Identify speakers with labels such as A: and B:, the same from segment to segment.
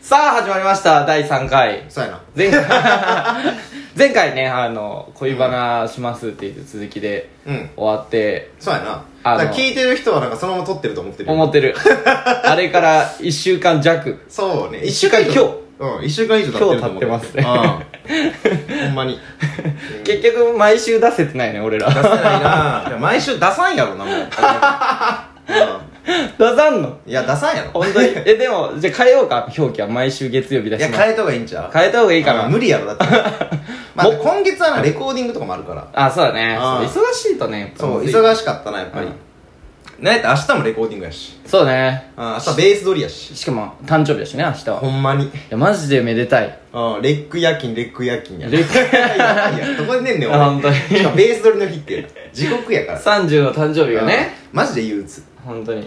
A: さあ、始まりました。第3回。
B: そうやな
A: 前回、 前回ね、あの、恋バナしますって言って続きで
B: うん
A: 終わって、
B: そうやな
A: あの
B: だから聞いてる人はなんかそのまま撮ってると思ってるよ
A: 思ってる。あれから1週間弱。
B: そうね
A: 一週間
B: 一以上うん一週間以上経ってると思う
A: 今日経って
B: うんほんまに
A: 結局、毎週出せてないね、俺ら。
B: 出せないないや毎週出さんやろなもう、う
A: 出さんの
B: んいや 出さんやろ
A: 本当に。え、でも、じゃあ変えようか、表記は。毎週月曜日出
B: い
A: し
B: や
A: ます。
B: 変えた方がいいんちゃう
A: 変えた方がいいかな
B: うん無理やろだって まあ
A: も
B: 今月はなレコーディングとかもあるから
A: あ、そうだね。
B: うん
A: そう忙しいとね、やっぱ
B: そう
A: むずい
B: 忙しかったなやっぱり
A: うん
B: なんやったら明日もレコーディングやし
A: そうね。
B: うん明日ベース撮りやし
A: しかも、誕生日だしね、明日は。
B: ほんまに
A: いや、マジでめでたい。
B: うんレック夜勤レック夜勤や
A: レック
B: やばいやんどこで寝んねん俺
A: あ本当に
B: しかもベース撮りの日って地獄やから
A: 30の誕生日がね。
B: うんマジで憂鬱
A: 本当に。
B: い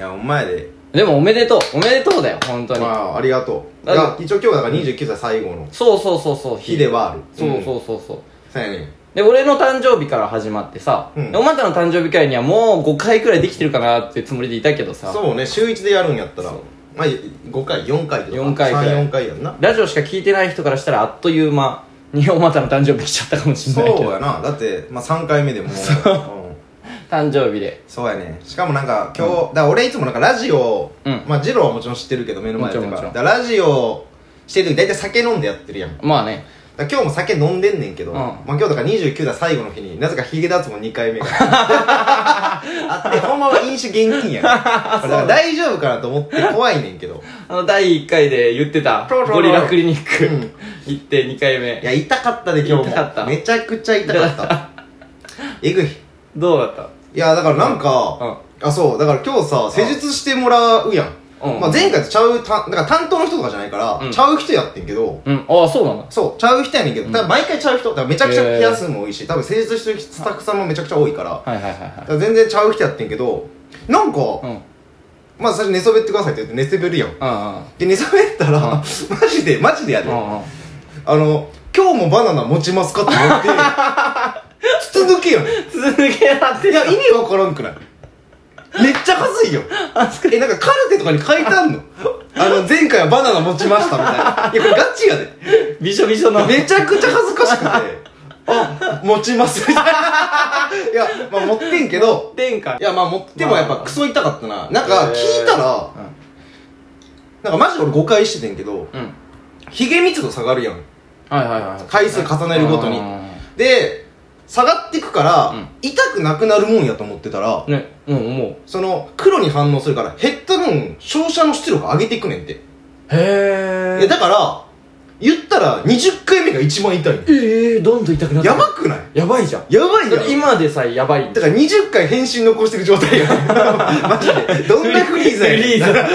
B: やお前で
A: でも、おめでとう。おめでとうだよ、本当に
B: ま。あありがとう
A: だ
B: いや一応今日だから29歳最後の
A: そうそうそうそう。
B: 日ではある
A: そう
B: う
A: そ
B: ん
A: うそうそう。
B: そうやねん
A: で、俺の誕生日から始まってさ、
B: うん
A: でお前たの誕生日会にはもう5回くらいできてるかなってつもりでいたけどさ、
B: そうね週1でやるんやったら
A: そう
B: まあ5回4回とか
A: 4回くらい
B: 34回やんな
A: ラジオしか聞いてない人からしたらあっという間にお前たの誕生日来ちゃったかもしれないけ
B: そう
A: ど、
B: やなだってまあ3回目でもそう,、ん、
A: 誕生日で。
B: そうやねしかもなんか今日、だから俺いつもなんかラジオ、
A: うん
B: まあジローはもちろん知ってるけど目の前とか
A: もちろんもちろん
B: だからラジオしてる時大体酒飲んでやってるやんだか
A: まあね、
B: ら今日も酒飲んでんねんけど、
A: うん
B: まあ、今日だから29代最後の日になぜかヒゲ脱毛2回目 が あってほんまは飲酒現金やね んだから大丈夫かなと思って怖いねんけど
A: あの、第1回で言ってた、
B: そうそうそう
A: ゴリラクリニック、
B: うん
A: 行って2回目
B: い。や痛かったで今日も
A: 痛かった
B: めちゃくちゃ痛かった えぐい
A: どうだった
B: いやだからなんか、あそうだから今日さ施術してもらうやん、
A: うん
B: まあ、前回とちゃうただから担当の人とかじゃないから、
A: うん
B: ちゃう人やってんけど
A: うん、ああ、そうなんだ。
B: そうちゃう人やねんけど、
A: ん
B: 多分毎回ちゃう人だからめちゃくちゃケア数も多いし、多分施術してるスタッフさんもめちゃくちゃ多いから,、
A: はいはいはいは
B: 全然ちゃう人やってんけどなんか、
A: い。うん。
B: まあ最初寝そべってくださいって言って寝そべるやん
A: うんうん。
B: で寝そべった
A: う
B: ら、
A: ん
B: マジでマジでやで、
A: うんう ん。
B: あの今日もバナナ持ちますかって 思って筒抜けやねん
A: 続けなって
B: いや、意味わからんくないめっちゃ恥ずいよ。え、なんかカルテとかに書いてあ んのあの、前回はバナナ持ちましたみたいな。いや、これガチやで。
A: びしょびしょの。
B: めちゃくちゃ恥ずかしくて。あ、持ちます みたいな。いや、まあ持ってんけど。
A: てんか
B: いや、まあ持ってもやっぱクソ痛かったな。なんか
A: へー
B: 聞いたら、
A: う
B: なんかマジで俺誤解しててんけど、
A: ん。うん。
B: ヒゲ密度下がるやん。
A: はいはいはい。
B: 回数重ねるごとに
A: うんうんうん
B: で、下がってくから、
A: うん
B: 痛くなくなるもんやと思ってたら、
A: ね、うん、思う。
B: その黒に反応するから減った分照射の出力上げていくねんて、
A: へ
B: いやだから言ったら20回目が一番痛いねん
A: ええどんどん痛くなって
B: やばくない
A: やばいじゃん
B: やばい
A: だ
B: や
A: って
B: ん
A: 今でさえやばい
B: だから20回返信残してる 状態やんマジでどんなフリーザや
A: フリーザ
B: ねん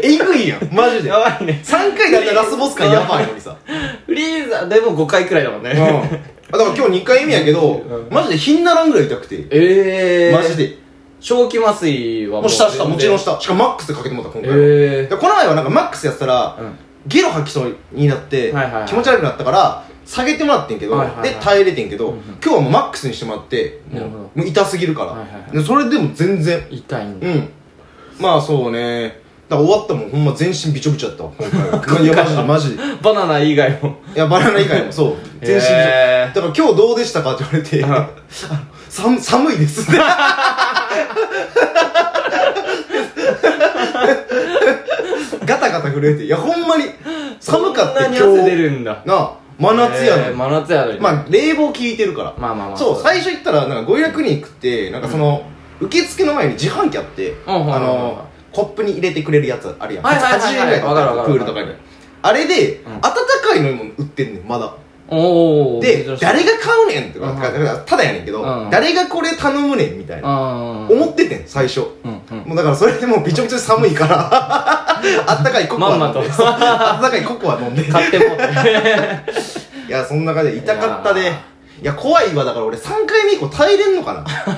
B: えぐいやんマジで
A: やばいね
B: 3回だったらラスボス感やばいのにさ、うん、
A: フリーザーでも5回くらいだもんね、
B: あだから今日2回目やけど、
A: うん
B: マジでひんならんぐらい痛くて、
A: ええ
B: マジで
A: 正気麻酔は
B: もう下下もちろん
A: 下
B: 下しかもマックスでかけてもらった今回は、
A: ええ
B: でこの前はなんかマックスやってたら、
A: うん
B: ゲロ吐きそうになって、
A: はいはいはい
B: 気持ち悪くなったから下げてもらってんけど、
A: はいはいはい
B: で耐えれてんけど、
A: うんうん
B: 今日はもうマックスにしてもらって
A: なる
B: も
A: ほ
B: う
A: ど
B: もう痛すぎるから、
A: はいはいはい
B: でそれでも全然
A: 痛いんだ、
B: うんまあそうねだから終わったもんほんま全身びちょびちょやったわ 今回はいやマジでマジで
A: バナナ以外も
B: いやバナナ 以外もそう全身びちょ、
A: へー
B: だから今日どうでしたかって言われて
A: う
B: 「
A: ん
B: あ寒寒いです」ってガタガタ震えていやほんまに寒かった
A: そんなに汗出るんだ
B: なあ真夏やの
A: ええ
B: に、
A: 真夏やのに
B: まあ冷房効いてるから、
A: まあまあまあ
B: そう
A: 最
B: 最初行ったらなんかゴリラクリニックってなんかその、受付の前に自販機あって、
A: んはいはいはい
B: あのコップに入れてくれるやつあるやん、
A: はいはいはいはい
B: 80円ぐらい
A: わかるわかるわか
B: プ
A: る
B: ールとかにあれで、
A: うん
B: 温かい飲み物売ってんねんまだ
A: おお
B: で誰
A: が
B: が買うねんとか
A: うん
B: だからただやねんけど、
A: うん
B: 誰がこれ頼むねんみたいな、
A: あ
B: 思っててん最初、
A: うんうん
B: もうだからそれでもうびちょびちょで寒いからあったかいココア飲んで
A: まんまと
B: そうあったかいココア飲んで
A: 買って も
B: いや、そんな感じで痛かった
A: い
B: で。
A: や
B: いや、怖いわ。だから俺3回目以降耐えれんの か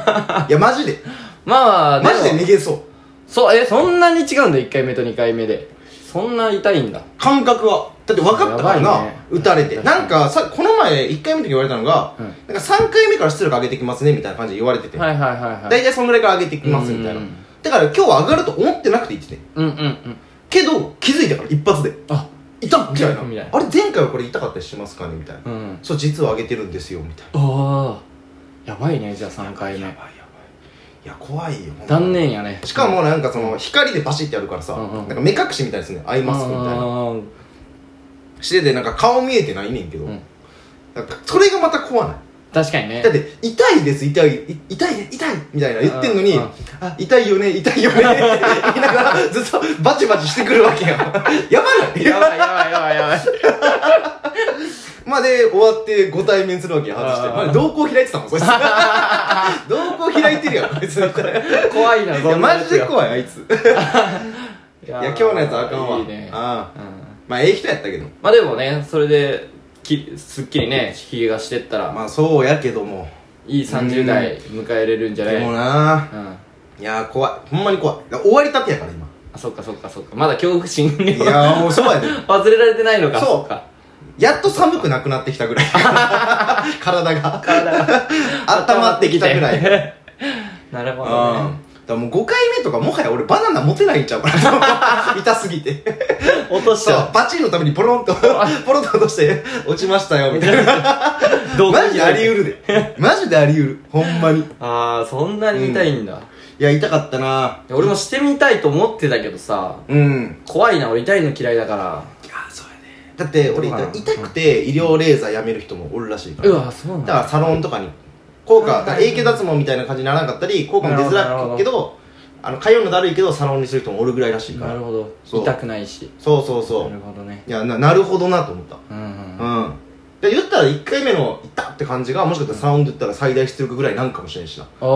B: ないや、マジで。
A: まあ
B: マジで
A: も
B: 逃げそう。
A: そうえそんなに違うんだ1回目と2回目でそんな痛いんだ
B: 感覚は。だって分かったから
A: やば
B: な、
A: いね
B: 打たれて。
A: 確か
B: な
A: に
B: んかさ、この前1回目の時言われたのが、
A: うん
B: なんか3回目から出力上げてきますね、みたいな感じで言われてて。
A: はいはいはいはい
B: 大体そのぐらいから上げてきます、みたいな
A: うん。
B: だから今日は上がると思ってなくて言ってて。
A: うんうんうん
B: けど気づいたから一発で
A: あ
B: いたみたいな
A: みたいな
B: あれ前回はこれ痛かったりしますかねみたい
A: う
B: な、
A: ん
B: そう実は上げてるんですよみたいな
A: ああやばいねじゃあ3回
B: や
A: 目
B: ばいやばいいや怖いよ
A: 断念やね
B: しかもなんかその光でパシってやるからさ、
A: うんうん
B: なんか目隠しみたいですねアイ
A: あ
B: マスクみたいな
A: ー
B: しててなんか顔見えてないねんけど、
A: うん
B: なんかそれがまた怖ない
A: 確かにね
B: だって痛いです痛いい痛い痛いみたいな言ってんのに
A: うんうん
B: あ痛いよね痛いよねって言いながらずっとバチバチしてくる わけやんやばない
A: やばいやばいやばいやばい
B: まあで終わってご対面するわけや外して
A: あー
B: まあ瞳孔開いてたも んそいつ瞳孔開いてるやん別にこれ
A: 怖いなそんな
B: マ
A: や
B: ジ
A: つ
B: で
A: が
B: 怖いあいつい
A: いや
B: や今日のやつあかんわ
A: いいね
B: あ
A: う
B: あ
A: ん
B: まあええ人やったけど
A: まあでもねそれできすっきりねひげがしてったら、
B: まあそうやけども
A: いい30代迎えれるんじゃない
B: で
A: う
B: も
A: ん
B: な
A: あ
B: いやー怖いほんまに怖いいや終わりたてやから今
A: そっかそっかそっかまだ恐怖心に
B: いやーもうそうやで
A: 忘れられてないのか
B: そう
A: っか
B: やっと寒くなくなってきたぐら い体が温まってきたぐらいうん
A: なるほ
B: だ
A: どね
B: からもう5回目とかもはや俺バナナ持てないんちゃうか な痛すぎて
A: 落としち
B: そう
A: ゃ
B: バチンのためにポロン とポロンと落として落ちましたよみ たいな
A: うどう
B: マジであり得るでマジであり得るほんまにい
A: ああそんなに痛いんだ、
B: や痛かったな
A: 俺もしてみたいと思ってたけどさ
B: うん
A: 怖いな俺痛いの嫌いだから
B: いやそうやねだって俺
A: そうかな
B: 痛くて医療レーザーやめる人もおるらしいから
A: うわそうなん
B: だか
A: だ
B: らサロンとかに効
A: はいは
B: 果
A: い
B: だから永久脱毛みたいな感じにならなかったり効果も出づ
A: なるほ
B: ら
A: ど
B: いけどあの通うのだるいけどサロンにする人もおるぐらいらしいか
A: な
B: ら
A: るほど
B: そう
A: 痛くないし
B: そうそうそ
A: なる
B: う
A: ほどね
B: いやななるほどなと思った
A: うん、うん、
B: うんで言ったら1回目の「いった!」って感じがもしかしたらサロンで言ったら最大出力ぐらいなんかもしれんしな、
A: ああ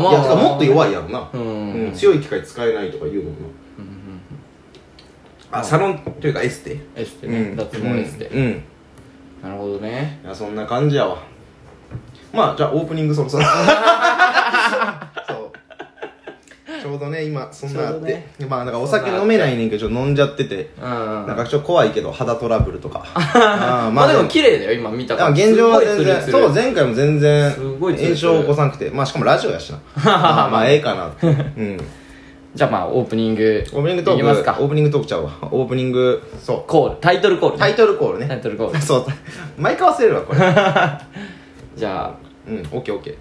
A: まあ
B: いやてかもっと弱
A: い
B: いやろな、
A: うん、
B: う
A: うんん、
B: 強い機械使えないとか言うもんな
A: うんうん
B: あサロンというかエステ
A: エステね、脱毛エステ、
B: うん、うん
A: なるほどね
B: いやそんな感じやわまあじゃあオープニングそろ そろそうちょうどね今そんなあって、
A: ちょう
B: まあなんかお酒飲めないねんけどちょっと飲んじゃってて
A: うんうん
B: なんかちょっと怖いけど肌トラブルとか あー
A: まあでも綺麗だよ今見た
B: でも
A: 感じ
B: 現状は全然
A: すごいツルツル
B: そう前回も全然
A: すごいツルツル
B: 炎症起こさなくてまあしかもラジオや しなまあまあええかなってうん
A: じゃあまあオープニング
B: オープニングトー
A: いき
B: ク
A: ますか
B: オープニングトークちゃうわオープニングそ
A: コールタイトルコール
B: うタイトルコール
A: タイ
B: ね
A: トルコール
B: そう 毎回忘れるわこれ
A: じゃあ
B: うんオッケーオッケー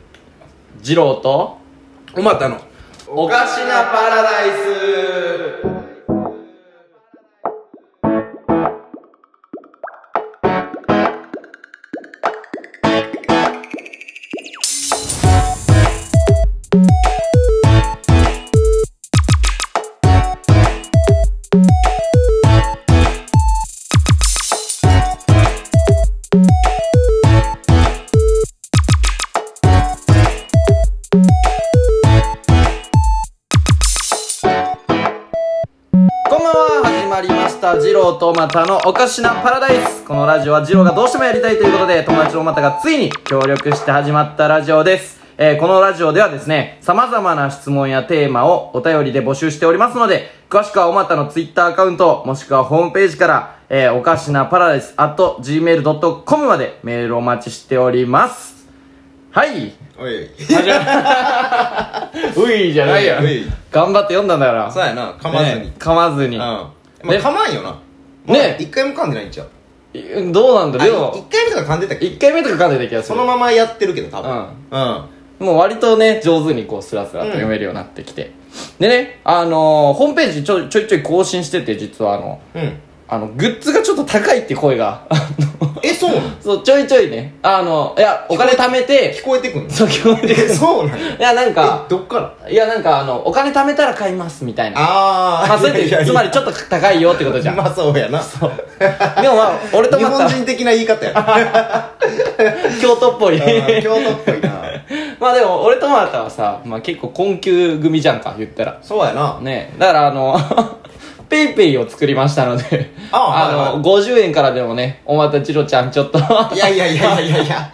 A: 二郎と
B: おまたのおかしなパラダイス
A: こんばんは始まりました二郎とまたのおかしなパラダイスこのラジオは二郎がどうしてもやりたいということで友達のまたがついに協力して始まったラジオですえーこのラジオではですね、様々な質問やテーマをお便りで募集しておりますので、詳しくはおまたのツイッターアカウント、もしくはホームページから、えーおかしなパラダイス、gmail.com までメールをお待ちしております。はい。
B: おいお い
A: ういじゃないや
B: うい
A: 頑張って読んだんだから。
B: そうやな噛まずに、
A: ね噛まず
B: うん
A: に。
B: まあ、
A: ね
B: 噛まんよな
A: ね
B: ね一回も噛んでないんちゃう
A: いどうなんだ
B: あ
A: ろう。で
B: 一
A: も、
B: 回目とか噛んでたっけ
A: 一回目とか噛んでた気がす
B: そ
A: る。
B: のままやってるけど多分
A: う
B: うん
A: もう割とね、上手にこう、スラスラと読めるようになってきて。でね、あのー、ホームページちょちょいちょい更新してて、実はあの、
B: うん
A: あの、グッズがちょっと高いって声が、あの
B: えそうなの
A: そう、ちょいちょいね、あの、いや、お金貯めて、
B: 聞こえてくんの
A: そう、聞こえてくる
B: えそうなの
A: いや、なんか
B: え、どっから
A: いや、なんか、あの、お金貯めたら買います、みたいな。
B: あ
A: まあ、
B: あ
A: それって、つまりちょっと高いよってことじゃん。でも
B: まあそうやなそう
A: まあ、俺と
B: 日
A: ま
B: 本
A: た、
B: 人的な言い方やな
A: 京都っぽい。
B: うん京都っぽいな
A: まあでも俺とマータはさ、まあ、結構困窮組じゃんか言ったら
B: そうやな
A: ねだからあの ペイペイを作りましたので
B: あはいはい
A: の50円からでもねおまたちろちゃんちょっと こ
B: いやいやいやいやいや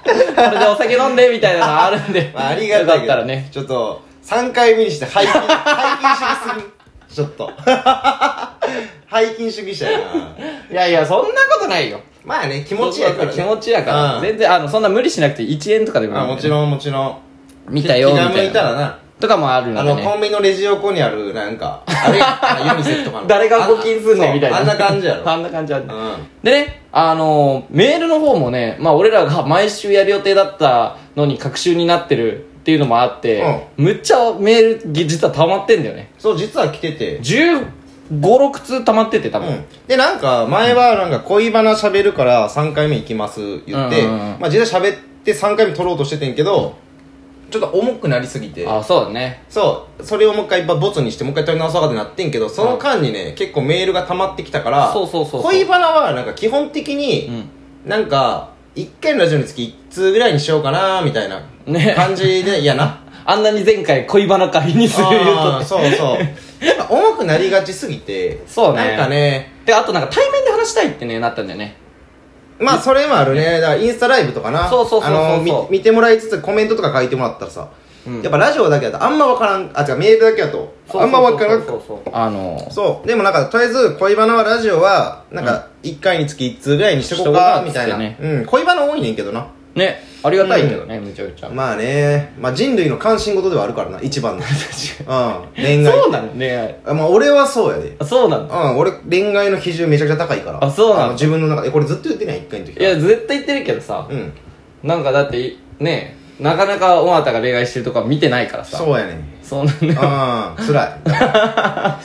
A: れでお酒飲んでみたいなのあるんで、
B: まあ、ありがたいけど
A: よかったらね
B: ちょっと3回目にして背筋背筋主義 すぎちょっと 背筋主義者やない
A: やいやそんなことないよ
B: まあね気持ちやから、ね、
A: そうそうそう気持ちやから、
B: うん
A: 全然あのそんな無理しなくて1円とかでもいい
B: あ
A: んで
B: もちろんもちろん
A: 見たよみ
B: 気
A: た
B: が
A: いな
B: 向いたらな
A: とかもあるの
B: あ
A: で
B: の、
A: ね
B: コンビニのレジ横にある、なんか、あ れやんあのユニセフとかの。
A: 誰が募金すん
B: あ
A: ね
B: そ
A: ん
B: う
A: みたいな
B: あんな感じや ろ。
A: あんな感じある
B: うん。
A: でねあのメールの方もねまあ俺らが 毎週やる予定だったのに隔週になってるっていうのもあって、むっちゃメールぎ実は溜まってんだよね
B: そう、実は来てて。
A: 1516通溜まってて多
B: う
A: 分、
B: ん、でなんか前はなんか恋バナ喋るから3回目行きます言って、
A: うんうんうん
B: まあ、実際喋って3回目取ろうとしててんけどちょっと重くなりすぎて
A: あそうだね
B: そうそれをもう一回ボツにしてもう一回取り直そうかってなってんけどその間にね結構メールが溜まってきたから
A: そうそうそうそう
B: 恋バナはなんか基本的になんか1回のラジオにつき1通ぐらいにしようかなみたいな
A: ね
B: 感じ で嫌な
A: あんなに前回恋バナ会にする言うと
B: あーそうそうやっぱ重くなりがちすぎて
A: そうね
B: なんかね
A: であとなんか対面で話したいってねなったんだよね
B: まあそれもあるねだからインスタライブとかな
A: そうそうそうそう
B: あのみ見てもらいつつコメントとか書いてもらったらさ、
A: うん
B: やっぱラジオだけだとあんま分からんあ違うメールだけだとあんま分からん
A: そうそうそうそうあの
B: そうでもなんかとりあえず恋バナはラジオはなんか1回につき1通ぐらいにしとこうかみたい
A: し
B: な、
A: とこうかっつっ
B: うん恋バナ多いねんけどな
A: ねありがたいけどね、めちゃくちゃ、
B: まあね、まあ、人類の関心事ではあるからな一 番のうん恋愛
A: そうなの恋愛
B: あまあ俺はそうやで
A: あそうなの
B: うん、俺恋愛の比重めちゃくちゃ高いから
A: あそうなの
B: の自分の中でえこれずっと言ってない1回の時
A: いや絶対言ってるけどさ、
B: うん
A: なんかだっていねなかなか尾形が恋愛してるとか見てないからさ
B: そうやねん
A: そうなんだよ
B: あ あ、辛い。だか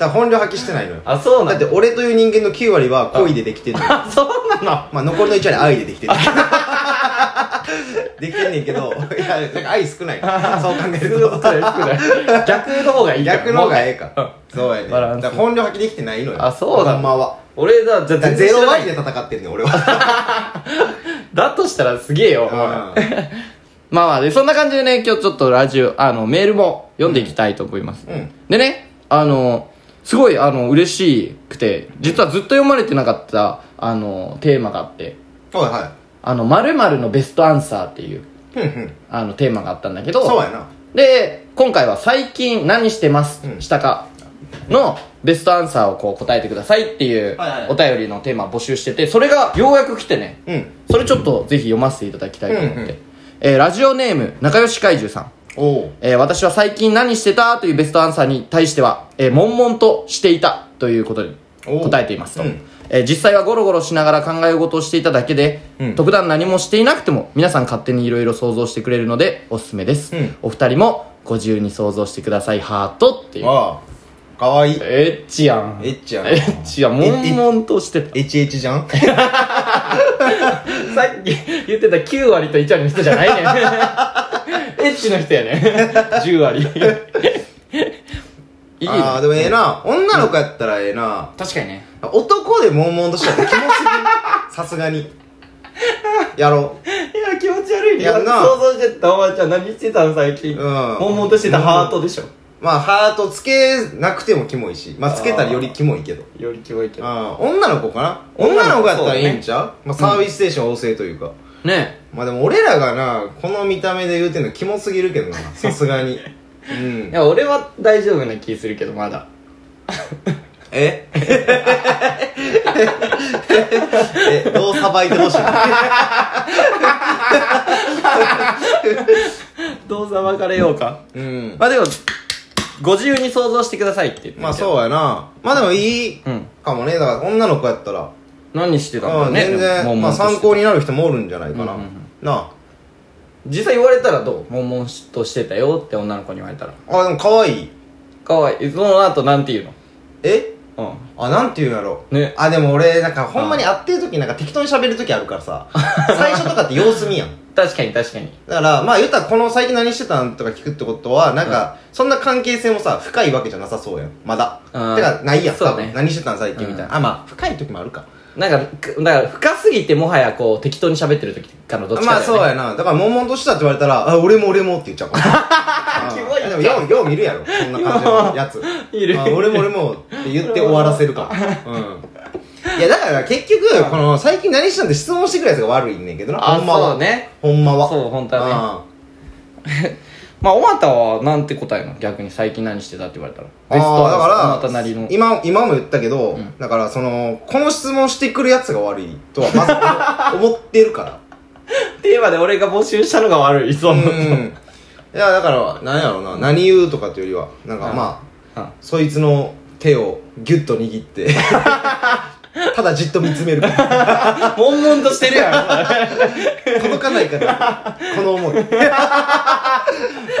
B: ら本領発揮してないのよ。
A: あそうな
B: だっ
A: ん
B: て
A: だ
B: 俺という人間の9割は恋でできてんのよ。
A: あそうなの
B: まあ残りの1割愛でできてる。 できてんねんけど、いや、なんか愛少ない。そう考 える
A: ずっと
B: と。
A: 逆の方がいいから
B: 逆の方がええ
A: もう
B: か。そうやね。
A: バランス
B: だから本領発揮できてないのよ。
A: あそうなの
B: ほんまは。
A: 俺だじゃ
B: だから
A: 全然知
B: 0
A: らない
B: 割で戦ってんねん、俺は。
A: だとしたらすげえよ、まあまあでそんな感じでね今日ちょっとラジオあのメールも読んでいきたいと思います、
B: うんうん
A: でねあのすごいあの嬉しくて実はずっと読まれてなかったあのテーマがあって
B: はいは
A: 「あの〇〇のベストアンサー」っていう
B: い。ふんふん。
A: あのテーマがあったんだけど
B: そうやな。
A: で今回は「最近何してます、
B: うん
A: したか」のベストアンサーをこう答えてくださいっていう
B: はいはい
A: お便りのテーマを募集しててそれがようやく来てね
B: うん。
A: それちょっとぜひ読ませていただきたいと思って、
B: うんうん
A: えーラジオネーム仲良し怪獣さん、
B: おう。
A: えー私は最近何してたというベストアンサーに対しては、えー、悶々としていたということに
B: おう
A: 答えていますと、
B: うん
A: えー実際はゴロゴロしながら考え事をしていただけで、
B: うん
A: 特段何もしていなくても皆さん勝手にいろいろ想像してくれるのでおすすめです、
B: うん
A: お二人もご自由に想像してくださいハートっていう
B: ああ。かわいい。
A: エッチやん
B: エッチやな
A: エッチやん悶々としてた
B: HH じゃん
A: さっき言ってた9割と1割の人じゃ ないねエッチの人やね10割 いいね
B: ああ、でもええな。女の子やったらええな。
A: 確かにね
B: 男で悶々としたら気持ちいい。さすがに。やろう。
A: いや気持ち悪いね
B: やんな
A: 想像してたおばあちゃん何してたの最近
B: うん
A: 悶々としてたハートでしょ
B: まあ、ハートつけなくてもキモいし。まあ、つけたらよりキモいけど。
A: よりキモいけど
B: ああ、女の子かな
A: 女の子
B: 女の子やったらええんちゃうまあ、サービス精神旺盛というか。
A: ね
B: まあでも俺らがな、この見た目で言うてんのキモすぎるけ どな。さすがに。う
A: えい
B: ん。
A: や俺は大丈夫な気するけどまだ
B: ええ、どうさばいてほしい
A: どうぞ別れようか
B: うん。
A: まあでもご自由に想像してくださいって言って
B: まあそうやな。まあでもいい
A: うん
B: かもね。だから女の子やったら。
A: 何してたんだろ
B: う、
A: うんね
B: 全
A: でも
B: 然、
A: 悶
B: ま
A: 々
B: あ
A: として
B: 参考になる人もおるんじゃないかな。
A: うんうんう
B: な
A: 実際言われたらどう悶々としてたよって女の子に言われたら
B: あ。あ、でも可愛い。
A: かわいいその後なんて言う
B: え
A: の
B: あ、なんて言うんやろ。
A: ね
B: あ、でも俺、なんかほんまに会ってる時なんか適当に喋る時あるからさ。最初とかって様子見やん。
A: うん確かに確かに
B: だから、まあ言ったらこの最近何してたんとか聞くってことは、なんか、そんな関係性もさ、深いわけじゃなさそうやん。まだ。
A: うん
B: てか、ないやん。
A: そうね
B: 多分何してたん最近みたいな。あ、まあ、深い時もあるか。
A: なんかくだから深すぎてもはやこう適当に喋ってる時かのどっちか
B: ま
A: だよ、ね、
B: あそうやな。だから、悶々としたって言われたら、あ、俺も俺もって言っちゃう かも。あー
A: キモいな
B: でも、よう、よう見るやろ。そんな感じのやつ。
A: いる
B: あ俺も俺もって言って終わらせる かも。うん。いや、だから結局、この、最近何したんって質問してくるやつが悪いねんけどな。
A: あ
B: ほんま
A: そう
B: は。
A: ね
B: ほんまは。
A: そう本当はね
B: ね。
A: まあおまたはなんて答えの逆に最近何してたって言われたら
B: ああ、だ
A: おまた
B: か
A: な
B: ら
A: りの、
B: 今、今も言ったけど
A: ん、
B: だから、その、この質問してくるやつが悪いとは、まず思ってるから。
A: テーマで俺が募集したのが悪いそ
B: うん
A: な、
B: ん。いやだから何やろうな何言うとかっていうよりはなんか
A: うん
B: ま
A: うん
B: あそいつの手をギュッと握ってただじっと見つめる
A: 悶々としてるや
B: 届かないからこの思い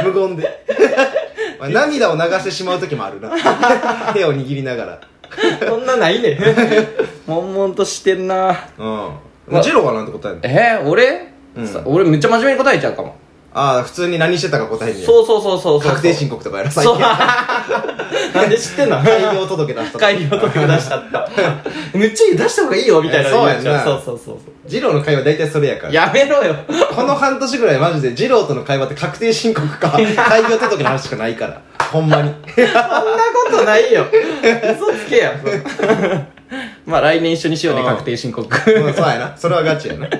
B: 無言で、まあ、涙を流してしまう時もあるな手を握りながら
A: ん そんなないね悶々としてんな
B: うんジローはなんて答えんの
A: えー、俺、
B: うん
A: さ俺めっちゃ真面目に答えちゃうかも
B: ああ普通に何してたか答えんねや
A: そうそうそうそうそう
B: 確定申告とかやら最
A: そう
B: 近
A: なんで知ってんの
B: 開業届出したとか
A: 会議の時も出しちゃった めっちゃ出した方がいいよみたいな
B: そうやんな
A: 言っちゃうそうそうそうそ
B: ジローの会話大体それやから
A: うやめろよ
B: この半年ぐらいマジで二郎との会話って確定申告か開業届の話しかないからほんまに
A: そんなことないよ嘘つけや まあ来年一緒にしようね
B: うん
A: 確定申告
B: うんそうやなそれはガチやな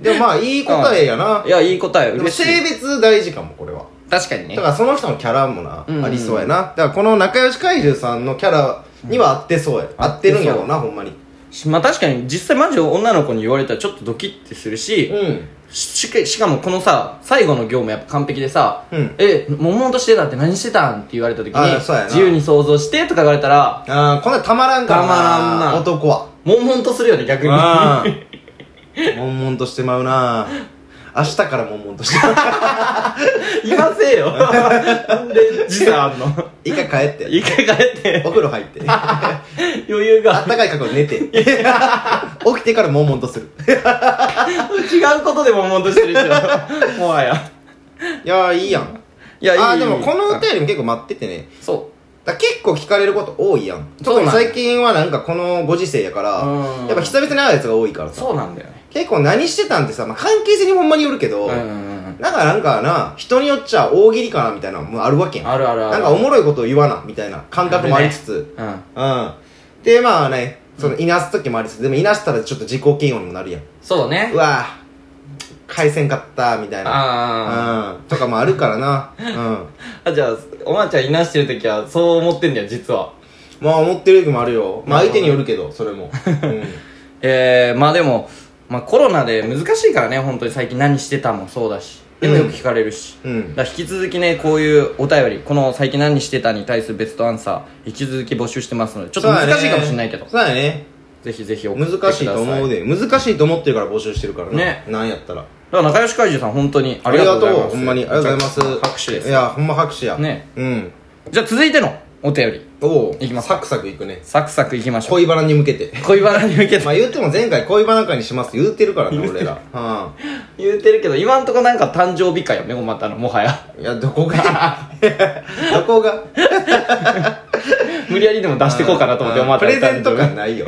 B: でもまあいい答えやない
A: やいい答え
B: でも
A: 嬉し
B: 性
A: い
B: 別大事かもこれは
A: 確かにね
B: だからその人のキャラもな、
A: うんうん
B: ありそうやなだからこの仲良し怪獣さんのキャラには合ってそうや、合ってるんやろうなほんまに
A: まあ確かに実際マジ女の子に言われたらちょっとドキッてするし、
B: うん
A: ししかもこのさ最後の業務やっぱ完璧でさ「
B: うん
A: えもんもんとしてたって何してたん?」って言われた時
B: あ
A: に
B: そうやな
A: 自由に想像して」とか言われたら
B: あーこんなんたまらんからな
A: たまらんな
B: 男は
A: もんもんとするよね逆に
B: うん 悶々としてまうな明日から悶々と してまう
A: 言わせえよなんで時差 あんの
B: 一回帰って
A: 一回帰って
B: お風呂入って。あ
A: 余裕
B: っ
A: が
B: たかい格好で 寝て。起きてから悶々とする。
A: 違うことでもんもんとしてるで しょもはや
B: いやー、いいやん。
A: いやいい
B: あー、でもこのお
A: 手
B: 便りも結構待っててね。
A: そ
B: だから結構聞かれること多いやん。
A: そう
B: 特
A: なんや
B: に最近はなんかこのご時世やから
A: うん、
B: やっぱ久々に会うやつが多いから
A: う
B: さ。
A: そうなんだよね
B: 結構何してたんってさ、まあ、関係性にほんまによるけど、
A: うんう
B: なん
A: んうん
B: かなんかな、人によっちゃ大喜利かなみたいなのもあるわけやん。
A: あるあるある
B: なんかおもろいことを言わな、みたいな感覚もありつつ。
A: うん
B: うん。で、まあね、その、いなす時もありつつ、でもいなしたらちょっと自己嫌悪にもなるやん。
A: そうね
B: うわ返せんかったみたいな
A: あ
B: うんとかもあるからなうん
A: ーあじゃあおまちゃんいなしてる時はそう思ってんだよ実は
B: まあ思ってる時もあるよまあ相手によるけどそ れも、うん、
A: えー、まあでも、まあ、コロナで難しいからね本当に最近何してたもそうだしでも
B: うん
A: よく聞かれるし、
B: うん
A: だから引き続きねこういうお便りこの最近何してたに対するベストアンサー引き続き募集してますのでちょっと難しいかもしれないけど、
B: そうだね
A: ぜひぜひ送ってくだ
B: 難
A: さ
B: し
A: い
B: いと思うで難しいと思ってるから募集してるからな
A: ね
B: なんやったら
A: だから仲良し怪獣さん本当にあ
B: あ
A: り
B: り
A: が
B: が
A: とうございま
B: とう
A: す
B: ほんまにありがとうございます
A: 拍手です
B: いやほんま拍手や
A: ね
B: うん
A: じゃあ続いてのお便り
B: おお
A: いきます
B: サクサクいくね
A: サクサクいきましょう
B: 恋バナに向けて
A: 恋バナに向けて、
B: まあ言っても前回恋バナ会にします言うてるからね俺らうん
A: 言うてるけど今んとこなんか誕生日かよねまたのもは や
B: いやど こがどこが
A: 無理やりでも出してこうかなと思って思った
B: プレゼント感な いよ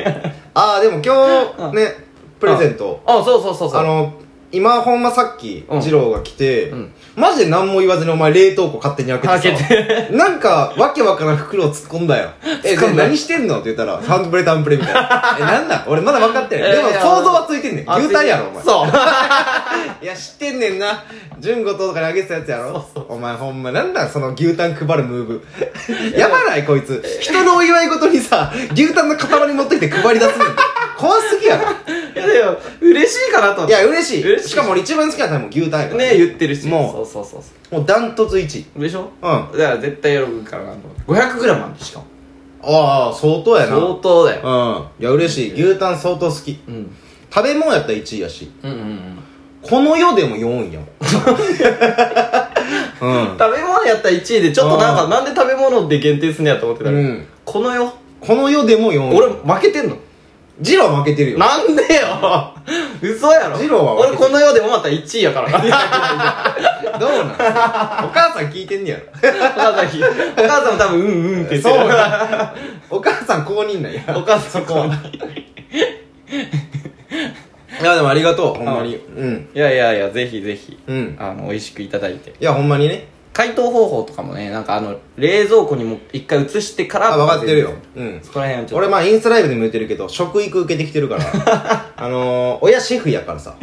B: ああでも今日ねプレゼント
A: あそうそうそうそう
B: あの今ほんまさっき
A: うん
B: 二郎が来て、
A: ん
B: マジで何も言わずにお前冷凍庫勝手に開けてさ
A: 開
B: なんかわけわからん袋を突っ込んだよえ
A: 突っ込ん
B: で
A: だ
B: 何してんのって言ったらハンドプレタンプレみた いなえなんなん俺まだ分かってない、
A: えー
B: でも想像はついてんねん
A: あ
B: 牛タンやろお前
A: そう
B: いや知ってんねんな純子とかにあげてたやつやろお前ほんまなんだその牛タン配るムーブやばないこいつ人のお祝い事にさ牛タンの塊持ってきて配り出すねん怖すぎやろ
A: いやでも嬉しいかなと思っ
B: い
A: て
B: や嬉しい
A: 嬉しい
B: しかも俺一番好きなタイム牛タンやから
A: ね言ってるし
B: も
A: そうそうそうそう
B: もうダントツ1位
A: うでしょ
B: う
A: だから絶対喜ぶからなと思って 500g なんでしかも
B: ああ相当やな
A: 相当だよ
B: うんいや嬉しい牛タン相当好き
A: うん
B: 食べ物やったら1位やし
A: うんうんうん
B: この世でも4位や もんうん
A: 食べ物やったら1位でちょっとなんかなんで食べ物で限定すんねやと思ってたら
B: うん
A: この世
B: この世でも4位
A: 俺負けてんの
B: ジロー負けてるよ
A: なんでよ嘘やろ
B: ジローは負け
A: 俺
B: てる
A: この世でもまた1位やからな
B: どうなんお母さん聞いてんねやろ。
A: お母さんひお母さん多分うんうんって言って
B: そう
A: る
B: なん お母さん公認なんや。
A: お母さん
B: そこは。いや、でもありがとう、ほんまに。うん。
A: いやいやいやぜひぜひ
B: うん。
A: あの美味しくいただいて
B: いや、ほんまにね。
A: 解凍方法とかもねなんかあの冷蔵庫にも一回移してから
B: あ、分かってるよ。うん。
A: そこら辺はちょっと
B: 俺、まあ、インスタライブでも言ってるけど、食育受けてきてるから。 あのー、親シェフやからさ。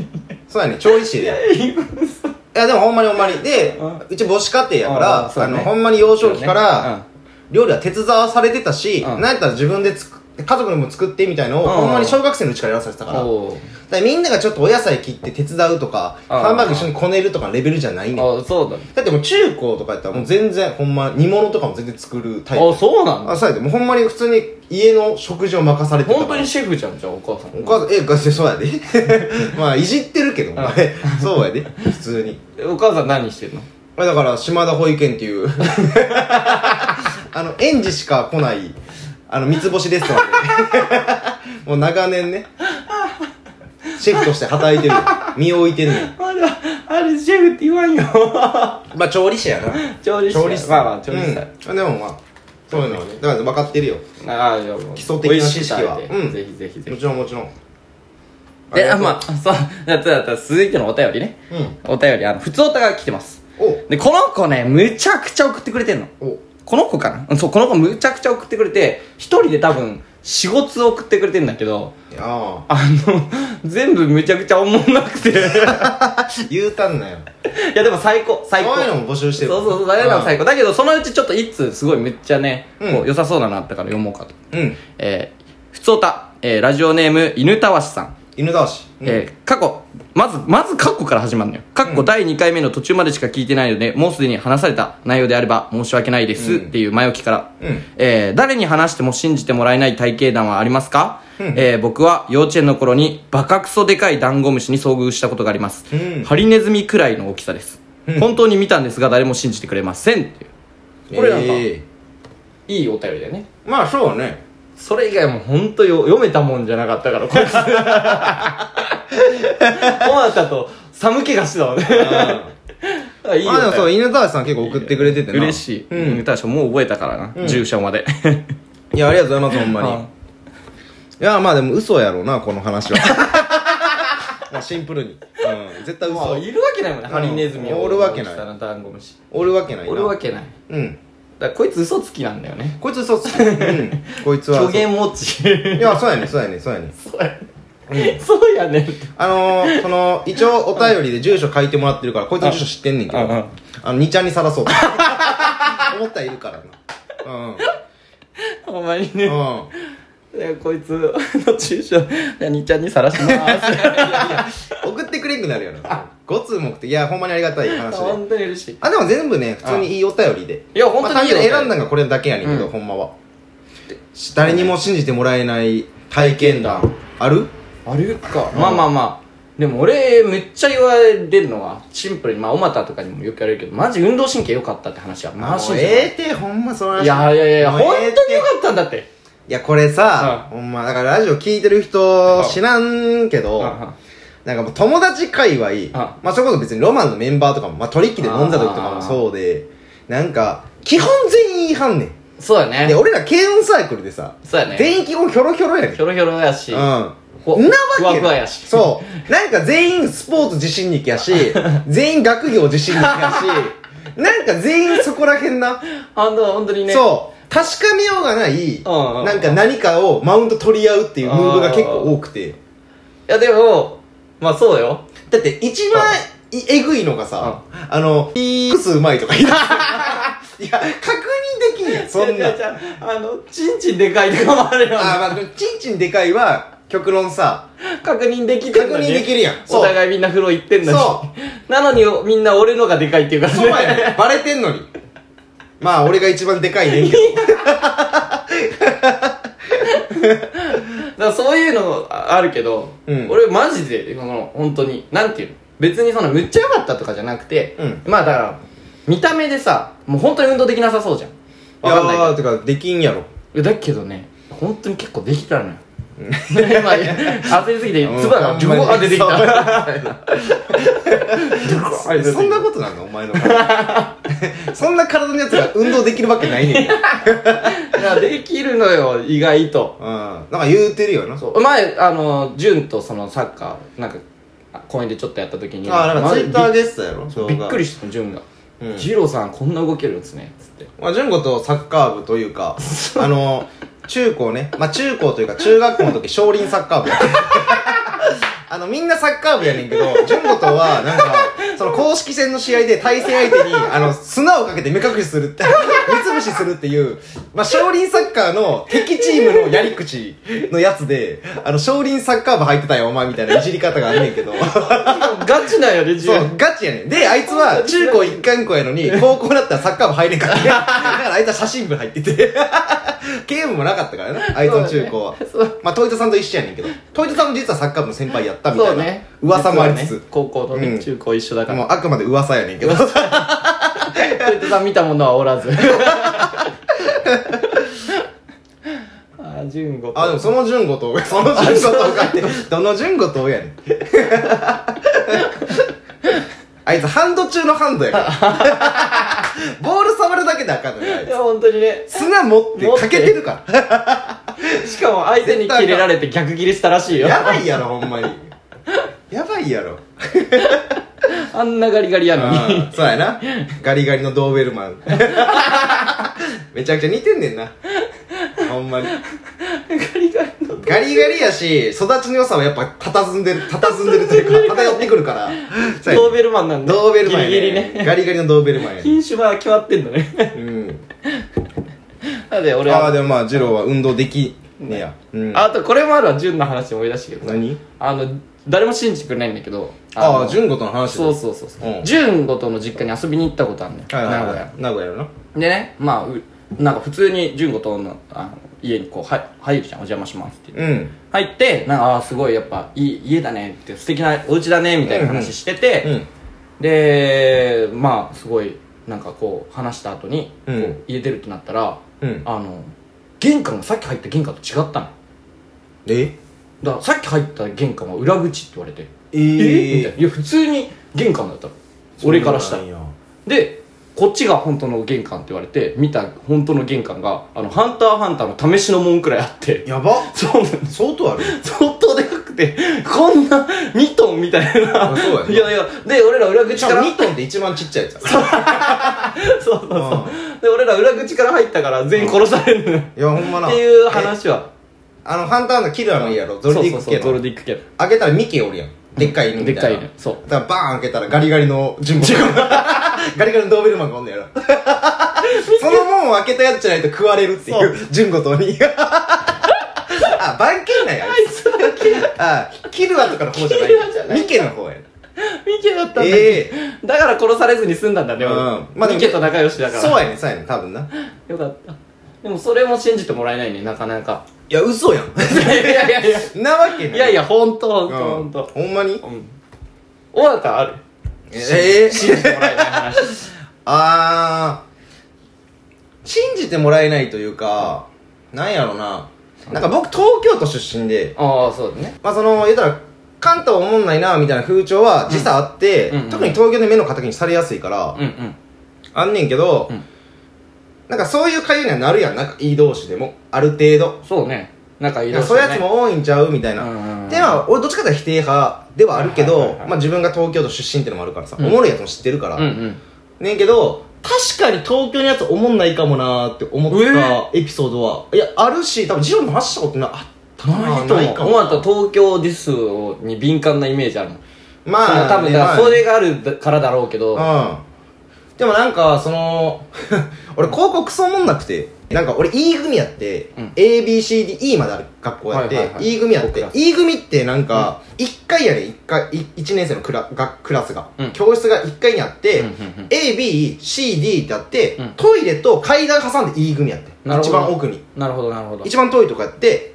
B: そうやね、調理師で。いや、でもほんまにほんまに。で
A: うん、
B: うち母子家庭やか
A: うん
B: ら、
A: そう
B: あ
A: やね
B: の、ほんまに幼少期から、料理は手伝わされてたし、
A: うん
B: なんやったら自分で作で家族にも作ってみたいの
A: う
B: を、
A: ん
B: ほんまに小学生のうちからやらされてたから。だか
A: おー
B: らみんながちょっとお野菜切って手伝うとか、
A: うん
B: ハンバーグ一緒にこねるとかのレベルじゃないねん。
A: あーそうだね
B: だってもう中高とかやったらもう全然、ほんま煮物とかも全然作るタイプ。
A: あそうなんだ
B: あ、そうやで。もうほんまに普通に家の食事を任されてたから
A: 本当にシェフじゃんじゃあお母さん
B: お母さん、え、ガチそうやで。 まあ、いじってるけど、お前。そうやで。普通に。
A: お母さん何してんの
B: あだから、島田保育園っていう、 あの、園児しか来ない、あの、三つ星レストランで。 もう長年ね、シェフとして働いてるよ。身を置いてるのよ。
A: あれあれシェフって言わんよ
B: まあ、調理師やな。
A: 調理師
B: 調理師。
A: まあまあ調理師さん、
B: うん。でもまあ、そういうのはね。だから分かってるよ。
A: ああじゃあもう
B: 基礎的な知識は
A: 美味しいタイプで
B: うん
A: ぜひぜひぜ
B: も
A: ひ
B: ちろんもちろん。
A: であ
B: りが
A: ま
B: と
A: あそうだったら続いてのお便りね
B: う。うん。
A: お便りあの普通おたが来てますでこの子ねむちゃくちゃ送ってくれてんの
B: お、お、
A: この子かなうんそうこの子むちゃくちゃ送ってくれて一人で多分45通送ってくれてんだけど
B: あ
A: あの全部むちゃくちゃおもんなくて い
B: あ。言うたんなよ。
A: やでも最高最高
B: そういうのも募集してる
A: そうそうそうだから最
B: 高
A: 高だけどそのうちちょっと一通すごいめっちゃね、
B: うん
A: こう良さそうなのあったから読もうかと
B: うん
A: えー、ふつおた、えー、ラジオネーム犬たわしさん
B: 犬倒しうん
A: えー過去、まず、まず過去から始まるのよ。過去第2回目の途中までしか聞いてないので、もうすでに話された内容であれば申し訳ないです、
B: う
A: っ
B: ん
A: ていう前置きから。
B: うん
A: えー誰に話しても信じてもらえない体型談はありますか、
B: うん
A: えー僕は幼稚園の頃にバカクソでかいダンゴムシに遭遇したことがあります。
B: うん
A: ハリネズミくらいの大きさです。
B: うん
A: 本当に見たんですが誰も信じてくれませんっていう。これなんか、
B: え
A: いいお便りだよね。
B: ーまあそうね
A: それ以外も本当よ読めたもんじゃなかったからこ いつどうなったと寒気がしてたわねあいいよ、ね、
B: まあでもそう犬倒しさん結構送ってくれててな
A: 嬉しい、
B: うん
A: うん、確かもう覚えたからな、
B: うん
A: 住所ま で
B: いやありがとうございますほんまに
A: あ
B: いやまあでも嘘やろうなこ の話はまあシンプルにうん絶対
A: まあ
B: 嘘
A: いるわけないもんね、
B: うん
A: ハリネズミ
B: おるわけない
A: 下のダンゴムシ
B: おるわけないな
A: おるわけない
B: うん
A: だからこいつ嘘つきなんだよね
B: こいつ嘘つきうんこいつは嘘
A: 虚言持ち
B: いやそうやねそうやねそうやね
A: そうやねん
B: あのー、その一応お便りで住所書いてもらってるからこいつの住所知ってんねんけど
A: うんうん
B: あの2ちゃんにさらそうと 思ったらいるからなうん
A: ほんまにね、
B: うん
A: でこいつの住所兄ちゃんにさらし まーす
B: 送ってくれんくなるよなご通目的いやほんまにありがたい話で
A: 本当に嬉しい
B: あでも全部ね普通にいいお便りで
A: いや本当に
B: まあ
A: い
B: 単
A: いお便
B: 純
A: り
B: に選んだのがこれだけやねんけど、
A: うん
B: ほんまはし誰にも信じてもらえない体験談ある
A: あれかまあまあまあでも俺めっちゃ言われるのはシンプルにまあおまたとかにもよく言われるけどマジ運動神経良かったって話はまあ
B: も
A: 信
B: う
A: じ
B: ええ
A: て
B: てほんまその
A: な
B: 話
A: いいやいやいや
B: もう
A: 本
B: ええて
A: 当に良かったんだって
B: いやこれさ、
A: う
B: ほんまだからラジオ聞いてる人知らんけど、なんかもう友達界隈、まあそれこそ別にロマンのメンバーとかも、まあトリッキーで飲んだ時とかもそうで、なんか、基本全員違反ねん。
A: そうだ
B: で、
A: ね
B: 俺ら軽音サークルでさ、
A: そうやね
B: 全員基本ヒョロヒョロやねん。
A: ひょろひょろやし
B: うん。な
A: ほ
B: わけ
A: ふわふわやし
B: そう。なんか全員スポーツ自信にき やし、全員学業自信にきやし、なんか全員そこらへんな。
A: 本当本当にね
B: そう。確かめようがない、
A: んうん
B: なんか何かをマウント取り合うっていうムーブが結構多くて。
A: いやでもまあそうよ
B: だって一番いえぐいのがさ、あの、ピークスうまいと か言い出すいや、確認できんやん、そんな
A: 違う。違うあのちんちんでかいとかもあるよ
B: あ、まあ、でもちんちんでかいは、極論さ、
A: 確認できて
B: 確
A: んのに
B: 認できるやん。
A: お
B: そう。
A: 互いみんな風呂行ってんのに
B: そ
A: なのにみんな俺のがでかいっていうから
B: そうやねん。バレてんのに。まあ、俺が一番でかいねんけど。
A: だからそういうのあるけど、
B: うん
A: 俺マジでこの本当になんていうの別にそのむっちゃ良かったとかじゃなくて、
B: うん
A: まあだから見た目でさもう本当に運動できなさそうじゃん わかんない
B: やー、てか、できんやろ。
A: けどだけどね本当に結構できたのよ 今焦りすぎて唾がジュワー 出てきた
B: そんなことなのお前の そんな体のやつが運動できるわけないねん。うん。
A: いやできるのよ意外と
B: なんか言うてるよな。
A: そう前あの潤とそのサッカーなんかあ公園でちょっとやった時に
B: あ、なんかツイッター
A: マジ
B: でしたやろ
A: びびっくりした潤が
B: う
A: 「
B: ん
A: ジローさんこんな動けるんですね」つって
B: まあ、純子とサッカー部というか、あの、中高ね、まあ、中高というか、中学校の時、少 林サッカー部やってあの、みんなサッカー部やねんけど、純子とは、なんか、その公式戦の試合で対戦相手に、あの、砂をかけて目隠しするって、目つぶしするっていう、まあ、少林サッカーの敵チームのやり口のやつで、あの、少林サッカー部入ってたよ、お前みたいないじり方があんねんけど。
A: ガチなんやね、
B: そ
A: 授業
B: う、ガチやねん。で、あいつは中高一貫校やのに、高校だった らサッカー部入れんからね。だからあいつは写真部入ってて。 ゲームもなかったからな、あいつの中高は。
A: そう
B: まあ、トイトさんと一緒やねんけど。トイトさんも実はサッカー部の先輩やったみた
A: そ
B: いうな。
A: ね。
B: 噂もありつ
A: 実は
B: つ
A: ね。高校の
B: う
A: ね、
B: ん
A: 中高一緒だか
B: も
A: ら。
B: うあくまで噂やねんけど。
A: トイトさん見たものはおらず。 あ、純吾。
B: あ、でもその順ごと、その順ごとがって、どの順ごと やねん。あいつハンド中のハンド やから。ボール触るだけであかんのよ、あい
A: い
B: つ
A: や、本当にね。
B: 砂持ってかけてるから。
A: しかも相手にキレられて逆ギレしたらしいよ。
B: やばいやろ、ほんまに。やばいやろ。
A: あんなガリガリやのに。
B: そうやな。ガリガリのドーベルマン。 めちゃくちゃ似てんねんな。ほんま に。
A: ガリガリの。
B: ガリガリやし、育ちの良さはやっぱ、佇んでる、佇んでるというか、偏ってくるから。そうやね
A: ドーベルマンなんだ。
B: ドーベルマンや、ね。
A: ギリギリね。
B: ガリガリのドーベルマンや、ね。
A: 品種は決まってんのね。
B: うん。
A: なんで俺
B: ああ、
A: は。
B: でもまあ、ジローは運動できねえや。うん。
A: あとこれもあるわ、純の話で思い出したけど。
B: 何
A: あの、誰も信じてくれないんだけど。
B: あ
A: の
B: あ、純子との話だ
A: そうそうそうそううん純ごとの実家に遊びに行ったことあるのよ
B: は
A: 名
B: いはい
A: 古
B: はい
A: 屋。
B: 名古屋やろな。
A: でねまあうなんか普通に純ごとのあの家にこうは入るじゃんお邪魔しますって言って
B: うん。
A: 入ってなんかああーすごいやっぱいい家だねって素敵なお家だねみたいな話してて、
B: うん。
A: でまあすごいなんかこう話した後に、こう
B: うん
A: 家出るってなったら
B: うん。
A: あの玄関がさっき入った玄関と違ったの
B: え
A: だからさっき入った玄関は裏口って言われて
B: え
A: え
B: ー
A: みたいないや普通に玄関だったの俺からしたら
B: そうなんや
A: でこっちが本当の玄関って言われて見た本当の玄関があの「ハンターハンター」の試しの門くらいあって
B: やば
A: そうなんです
B: 相 当ある
A: 相当でかくてこんな2トンみたいな
B: あそうやない
A: やいやで俺ら裏口
B: し
A: か
B: からも2トンって一番ちっちゃいやつや
A: そうそうそう、
B: う
A: で俺ら裏口から入ったから全員殺されるのよ っ
B: いやほんまな
A: ていう
B: え
A: 話は
B: あのハンターハンターキルアの家やろゾルディック
A: そうそう
B: 家
A: そうゾル
B: の
A: ディック家の
B: 開けたらミケおるやんでっかい犬みたい
A: でっ
B: な
A: かい犬そう
B: だからバーン開けたらガリガリの ジンボガリガリのドーベルマンがおんねやろその門を開けたやつじゃないと食われるっていうジュンゴと にあ番犬なんやあいつあキルアとかの方じゃな
A: キルアじゃない
B: いミケの方やな
A: ミケだったんだ
B: ええ
A: だから殺されずに済んだんだね、俺
B: うんまあでも
A: ミケと仲良しだから
B: そうやねんそうやねん多分な
A: よかったでもそれも信じてもらえないねなかなか
B: いや嘘やん
A: いやいやいや
B: なわけない
A: いやいや、ほんとほんとほ
B: うんん
A: と。
B: ほんまに
A: うん。尾形ある
B: ええ
A: 信じてもらえない話。
B: あー信じてもらえないというか、なんやろななんか僕東京都出身で
A: ああ、そうだね。
B: ま あその言うたら関東おもんないなみたいな風潮は時差あって、
A: うんうんうん
B: 特に東京で目の敵にされやすいから、
A: うんうん。
B: あんねんけど、
A: うん
B: なんかそういう会にはなるやんなんかいい同士でもある程度
A: そうね。仲いい
B: な
A: ら
B: んか
A: し
B: そういうやつも多いんちゃうみたいな、
A: うんうん
B: でまあ俺どっちかというと否定派ではあるけ
A: は
B: ど、
A: いはいはい
B: まあ自分が東京都出身ってのもあるからさ、
A: うん
B: おもろいやつも知ってるから、
A: うんうん。
B: ねんけど確かに東京のやつおもんないかもなーって思ったエピソードは、いやあるし多分ジローも話したことなあった
A: ないと
B: な
A: 思。
B: いうか
A: 尾
B: も
A: 形東京ディスをに敏感なイメージあるの。
B: まあ
A: 多分、だから
B: ね
A: それがあるからだろうけど。あ
B: まあうんでもなんかその 俺高校クソおもんなくてなんか俺 E 組やって、
A: うん
B: ABCDE まである学校やって、
A: はいはいはい
B: E 組やっ
A: 僕
B: て
A: ら
B: E 組ってなんか1回やね1回1年生のクラがクラスが、
A: うん
B: 教室が1階にあって、
A: うんうんうん
B: ABCD ってあって、
A: うん
B: トイレと階段挟んで E 組やって
A: なるほど
B: 一番奥に
A: なるほど、なるほど。
B: 一番遠いとこやって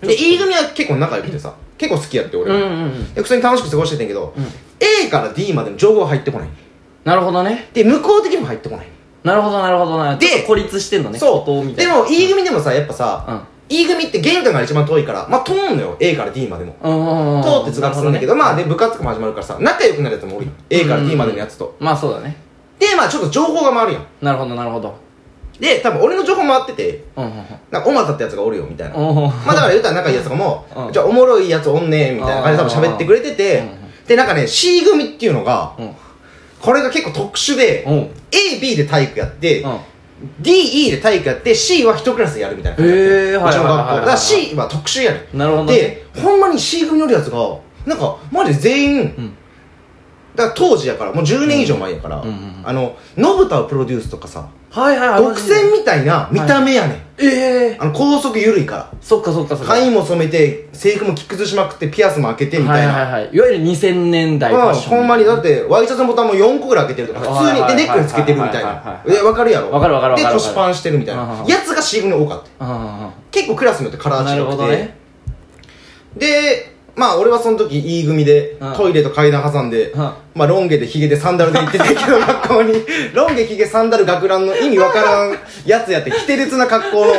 B: で E 組は結構仲良くてさ結構好きやって俺
A: う
B: も、
A: んうんうん。
B: で普通に楽しく過ごしててんけど、
A: うん
B: A から D までの情報が入ってこない
A: なるほどね。
B: で向こう的にも入ってこない、
A: なるほど、なるほどな。
B: で
A: ちょっと孤立してんのね。孤島
B: そう
A: みたい
B: で
A: な
B: も E 組でもさやっぱさ、E 組って玄関が一番遠いからまあ通んのよ A から D までも
A: うん。うんうんうんうん。
B: 通って通学するんだけど
A: な
B: まあで部活とかも始まるからさ仲良くなるやつも多いよ A から D までのやつ
A: る
B: と
A: ほどね。まあそうだね。
B: でまあちょっと情報が回るやん
A: なるほど、なるほど。
B: で多分俺の情報回ってて
A: うんうんうん。
B: なんか、おまたってやつがおるよ、みたいな。
A: おー
B: まあだから言うたら仲いいやつとかも
A: う、ん
B: じゃあおもろいやつおんねみたいな感じで多分喋ってくれて
A: う
B: て
A: ん、
B: で、なんかね、C 組っていうのが、
A: うん。
B: これが結構特殊で、
A: うん。
B: A、B で体育やって
A: う、ん。
B: D、E で体育やって、C は一クラスやるみたいな感じ
A: へー
B: うちの学校。
A: はいはいはいはい
B: だから C は特殊やね
A: なるほど
B: ん。
A: ね。
B: で、ほんまに C 組におるやつが、なんか、マジで全員、
A: ん
B: だから当時やからもう10年以上前やから、
A: んうん
B: あの信太をプロデュースとかさ
A: はいはい
B: 独占みたいな見た目やねん、
A: ええ
B: あの高速緩いか
A: そっかそっかそ
B: ら
A: っか
B: 髪も染めて制服も着崩しまくってピアスも開けてみたいな、
A: はいはいはいいわゆる2000年代ファッ
B: まあ、
A: ション
B: ほんまにだってワイシャツのボタンも4個ぐらい開けてるとか普通に
A: はいはいはいはい
B: でネックレスつけてるみたい
A: はいはい
B: な
A: はいはい
B: えわかるやろ
A: わかるわかるわかる
B: で腰パンしてるみたい
A: うんうんう
B: なんやつが CM に多かった
A: あ
B: 結構クラスによってカラ
A: あな
B: ー
A: る
B: 違
A: ほ
B: くて、
A: どね
B: でまあ俺はその時 E 組で
A: うん
B: トイレと階段挟んで、
A: うん
B: まあロン毛でヒゲでサンダルで行ってた けど学校にロン毛ヒゲサンダル学ランの意味わからんやつやって奇烈な格好のい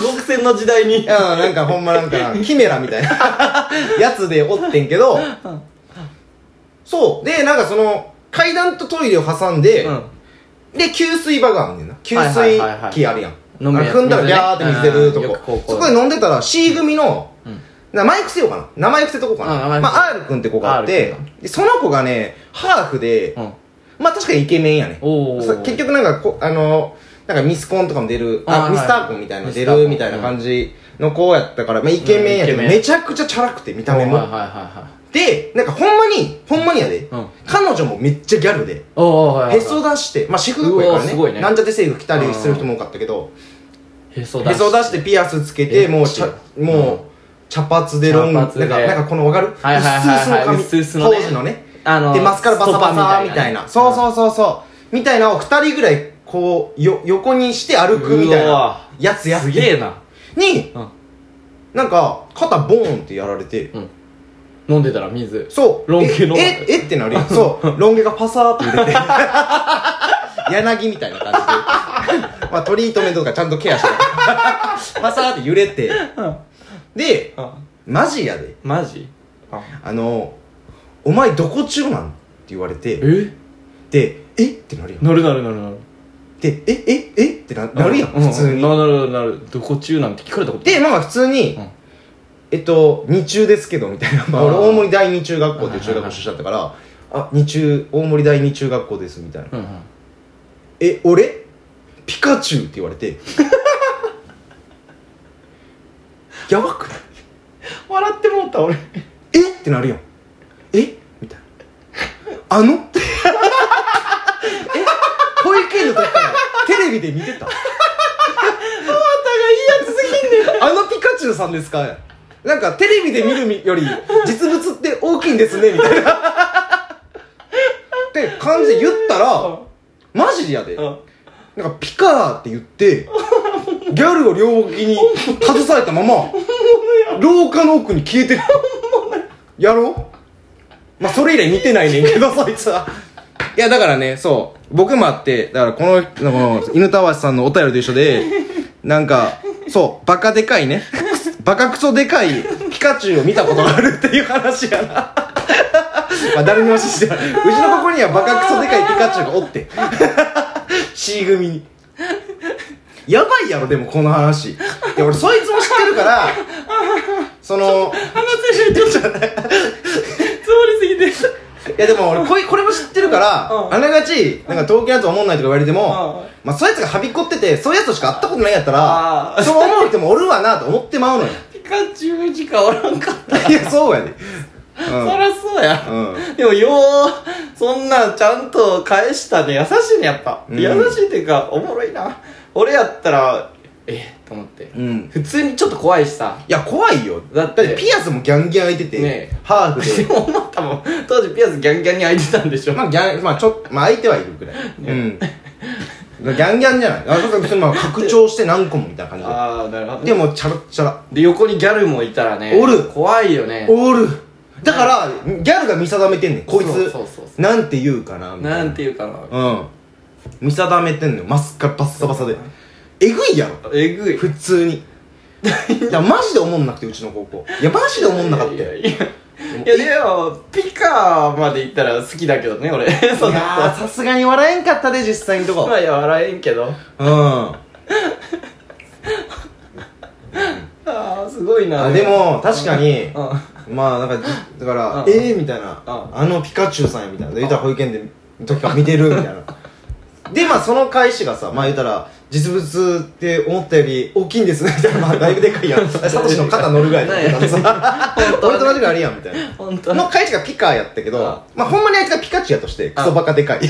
A: 独占の時代に
B: やなんかほんまなんかキメラみたいなやつでおってんけどそうでなんかその階段とトイレを挟んで、
A: うん
B: で給水場があんねんな給
A: はい
B: 水
A: はいはいはい
B: 器あるやん
A: 飲むやつ
B: あの踏んだらギャーって水出ると
A: うんよく
B: こ
A: 高校
B: そこで飲んでたら C 組の
A: うん
B: なマイクせようかな名前伏せとこうか
A: あ名
B: な
A: 前
B: ま
A: 伏せ
B: あ R 君って子があって
A: R 君
B: でその子がねハーフで
A: うん
B: まあ確かにイケメンやね
A: おー
B: さ結局なんかこあのなんかミスコンとかも出る
A: あ
B: あ
A: ー
B: ミスタ
A: は
B: ー
A: い
B: コンみたいなの
A: ミ
B: 出
A: スターコ
B: る
A: ン
B: みたいな感じの子やったからまあイケメンやけ
A: うん
B: ど
A: イケメン
B: めちゃくちゃチャラくて見た目
A: はい
B: も
A: はいはいはい
B: でなんかほんまにほんまにやで
A: うん
B: 彼女もめっちゃギャルで
A: おーはいはい
B: へ
A: はい
B: そ出して、まあ、私服学校やか
A: う
B: ら
A: わす
B: ね
A: ごいね
B: なんちゃって制服着たりする人も多かったけど
A: へそ出
B: へ
A: し
B: そ出してピアスつけて
A: え
B: もうちゃ
A: 違う
B: もう
A: うん
B: 茶髪でロング
A: 茶
B: な
A: 髪
B: んか
A: で
B: なんかこのわかる
A: はいはいはいはい
B: 薄々の
A: 薄々のね
B: 髪当時のね
A: あの
B: でマスカラバサバサみ
A: ストパみ
B: た
A: た
B: い
A: い
B: な
A: な
B: そうそうそうそうみたいなのを2人ぐらいこうよ横にして歩くみたいうな
A: わ
B: やつや
A: す
B: っ
A: げ
B: て
A: えな
B: に
A: うん
B: なんか肩ボーンってやられて
A: うん飲んでたら水
B: そう
A: ロン毛の
B: えええってな るやんそうロン毛がパサーって 揺れて柳みたいな感じでまあトリートメントとかちゃんとケアして パサーって揺れて
A: うん
B: でマジやで
A: マジ
B: あの「お前どこ中なん?」って言われて
A: え
B: で「えっ?」てなるやん
A: なるなるなるなる
B: で「ええええっ?」てななるやん
A: う
B: 普通に
A: なるなるなるどこ中なんて聞かれたことない
B: でまあ普通に
A: うん
B: 「えっと二中ですけど」みたいなまあ
A: あー
B: 俺大森第二中学校っていう中学校出身だったから「あ二中大森第二中学校です」みたいな
A: うんうん
B: 「え俺ピカチュウ」って言わ れてやばくない
A: 笑ってもうた俺
B: えってなるやんえみたいなあのえ保育園の時からテレビで見てたあなたがいいやつすぎんねんあのピカチュウさんですかなんかテレビで見るみより実物って大きいんですねみたいなって感じで言ったらマジでやでなんかピカーって言ってギャルを両脇に携えたまま廊下の奥に消えてったやろまあそれ以来見てないねんけどそいつはいやだからねそう僕もあってだからこのこの犬たわしさんのお便りと一緒でなんかそうバカでかいねバカクソでかいピカチュウを見たことがあるっていう話やなまあ誰にも知してないうちのここにはバカクソでかいピカチュウがおって C 組にやばいやろでもこの話いや俺そいつも知ってるからその
A: 話せるちょっとつまりすぎて
B: いやでも俺こいこれも知ってるから、
A: うん
B: あながちなんか東京のやつ思んないとか言われても、
A: うん
B: まあそういうやつがはびこっててそういうやつとしか会ったことないやった
A: あ
B: ら
A: ー
B: そう思う人もおるわなと思ってま うのよ
A: ピカチュウしかおらんかった
B: いやそうやで、うん
A: そりゃそうや、
B: う
A: でもようそんなんちゃんと返したね優しいねやっぱ、
B: うん
A: 優しいっていうかおもろいな俺やったらえと思って、
B: うん
A: 普通にちょっと怖いしさ
B: いや怖いよ
A: だって
B: ピアスもギャンギャン開いてて、
A: ねえ
B: ハーフ
A: で
B: で
A: も思ったもん当時ピアスギャンギャンに開いてたんでしょ、
B: まあギャンまあちょっとまあ相手はいるくらい、うんギャンギャンじゃないあだから普通にまあ拡張して何個もみたいな感じで
A: ああなるほど
B: でもチャラッチャラ
A: で横にギャルもいたらね
B: おる
A: 怖いよね
B: おるだからギャルが見定めてんねんこい
A: そうそう
B: つ
A: そうそ
B: なんて言うかなみたいな
A: なんていうかな
B: うん見定めてんのよマスカラバッサバサでえぐいやろ
A: えぐい
B: 普通にいやマジで思んなくてうちの高校いやマジで思んなかった
A: いや
B: よい
A: いやいやいやでもピカまで行ったら好きだけどね俺そう
B: や
A: だ
B: ーさすがに笑えんかったで実際のとこ
A: まあいや笑えんけど
B: うんあ
A: ああすごいな
B: でも確かに
A: うん
B: まあなんかじだから
A: うん
B: ええみたいな
A: うん
B: あのピカチュウさんやみたいな言うたら保育園で時から見てるみたいなでまあその返しがさまあ言うたら実物って思ったより大きいんですねみたいな、まあ、だいぶでかいやんサトシの肩乗るぐらいの大きささ俺と同じぐらいあるやんみたいな
A: 本当
B: の返しがピカやったけど
A: ああ
B: まあほんまにあいつがピカチュウやとしてクソバカでかい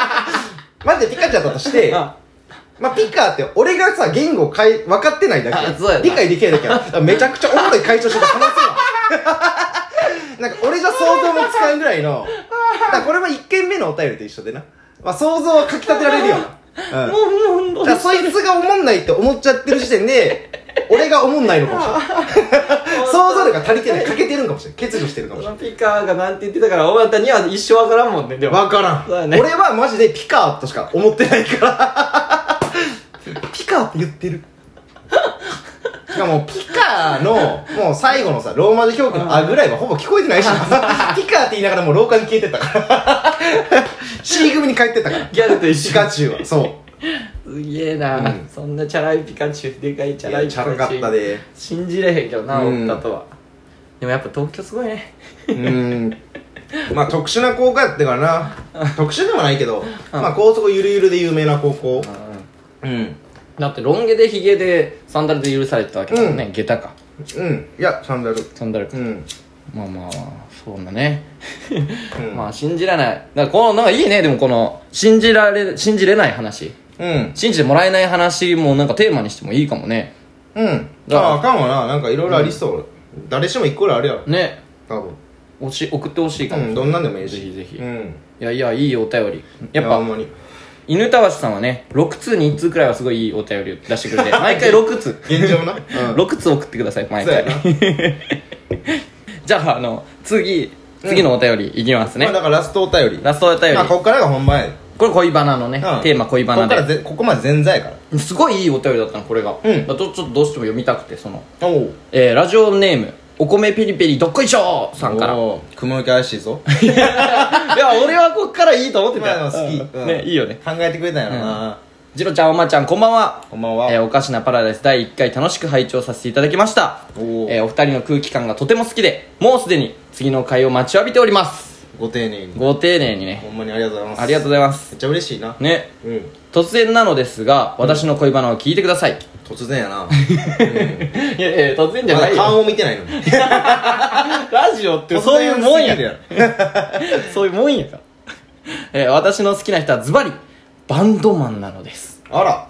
B: マジでピカチュウやったとして
A: あ
B: まあ、ピカーって俺がさ、言語かい分かってないだ
A: あ
B: け。
A: そうやな
B: 理解できないだけや。だ からめちゃくちゃおもろい会長してて話すわ。なんか俺じゃ想像も使うぐらいの。だからこれも一件目のお便りと一緒でな。まあ、想像はかき立てられるよな。うん。
A: もうも
B: だ
A: う
B: からそいつがおもんないって思っちゃってる時 点で、俺がおもん ないのかもしれない。想像力が足りてない。欠けてるんかもしれない。欠如してるかも
A: そ
B: しれ
A: のピカーがなんて言ってたからおばたには一生わからんもんねで
B: ない。
A: も
B: わから
A: そうだ
B: ん。
A: ね
B: 俺はマジでピカーとしか思ってないから。 ピカーって言ってる。しかも、ピカーの、もう最後のさ、ローマ字表記のあぐらいはほぼ聞こえてな いし、ピカーって言いながらもう廊下に消えてったから。C 組に帰ってったから。
A: ギャルと一緒
B: ピカチュウは。そう。
A: すげえな、
B: うん
A: そんなチャラいピカチュウでかいチャラいピ
B: チ
A: カチ
B: ャ
A: ュ
B: ラ
A: ウ
B: かったで。
A: 信じれへんけどな
B: うん
A: おったとはでもやっぱ東京すごいね
B: うーんまあ特殊な高校やってからな特殊でもないけど、まあ高速ゆるゆるで有名な高校うん
A: だってロン毛でヒゲでサンダルで許されてたわけだもんね、下駄か
B: うんいやサンダル
A: サンダルか、
B: うん
A: まあまあそうだね、
B: う ん
A: まあ信じられないだからこのなんかいいねでもこの信じられ信じれない話
B: うん
A: 信じてもらえない話もなんかテーマにしてもいいかもね
B: うん
A: だから
B: ああかんわななんかいろいろありそう、誰しも一個ぐらいあるやろ
A: ね
B: 多分
A: おし送ってほしいか
B: う
A: も、
B: ん
A: い
B: どんなんでもいいし
A: ぜひぜひ
B: うん
A: やいやいいお便りやっ
B: いほん
A: ぱ
B: まに
A: 犬たわしさんはね6通に1通くらいはすごいいいお便りを出してくれ て毎回6通
B: 現状な、うん、
A: 6通送ってください毎
B: そうや
A: 回
B: な
A: じゃああの次次のお便りいきますね、
B: まあだからラストお便り
A: ラストお便り、
B: まあこっからが本番や、
A: これ恋バナのね、
B: うん
A: テーマ恋バナ
B: こっから
A: で
B: ぜここまで全在やか
A: すごいいいお便りだったのこれが、
B: うん
A: だとちょっとどうしても読みたくてその、
B: らおお
A: えー、ラジオネームお米ペリペリどっこいしょーさんから い
B: 雲行き怪し いぞ
A: や俺はこっからいいと思ってたよ、
B: まあでも好き
A: うん
B: うん
A: ねいいよね
B: 考えてくれたんやろな、
A: ジロちゃんおまちゃんこんばんは
B: こんばんは
A: えーおかしなパラダイス第1回楽しく拝聴させていただきました
B: おー
A: えーお二人の空気感がとても好きでもうすでに次の回を待ちわびております
B: ご丁寧に
A: ご丁寧にね
B: ほんまにありがとうございます
A: ありがとうございます
B: めっちゃ嬉しいな
A: ね
B: うん
A: 突然なのですが私の恋バナを聞いてください、
B: 突然やな
A: いや いや突然じゃ
B: ま
A: な
B: だ
A: いよ
B: 顔を見てないのに
A: ラジオってそういうもんや
B: 突然すぎる
A: そういうもんやから、えー私の好きな人はズバリバンドマンなのです
B: やろあら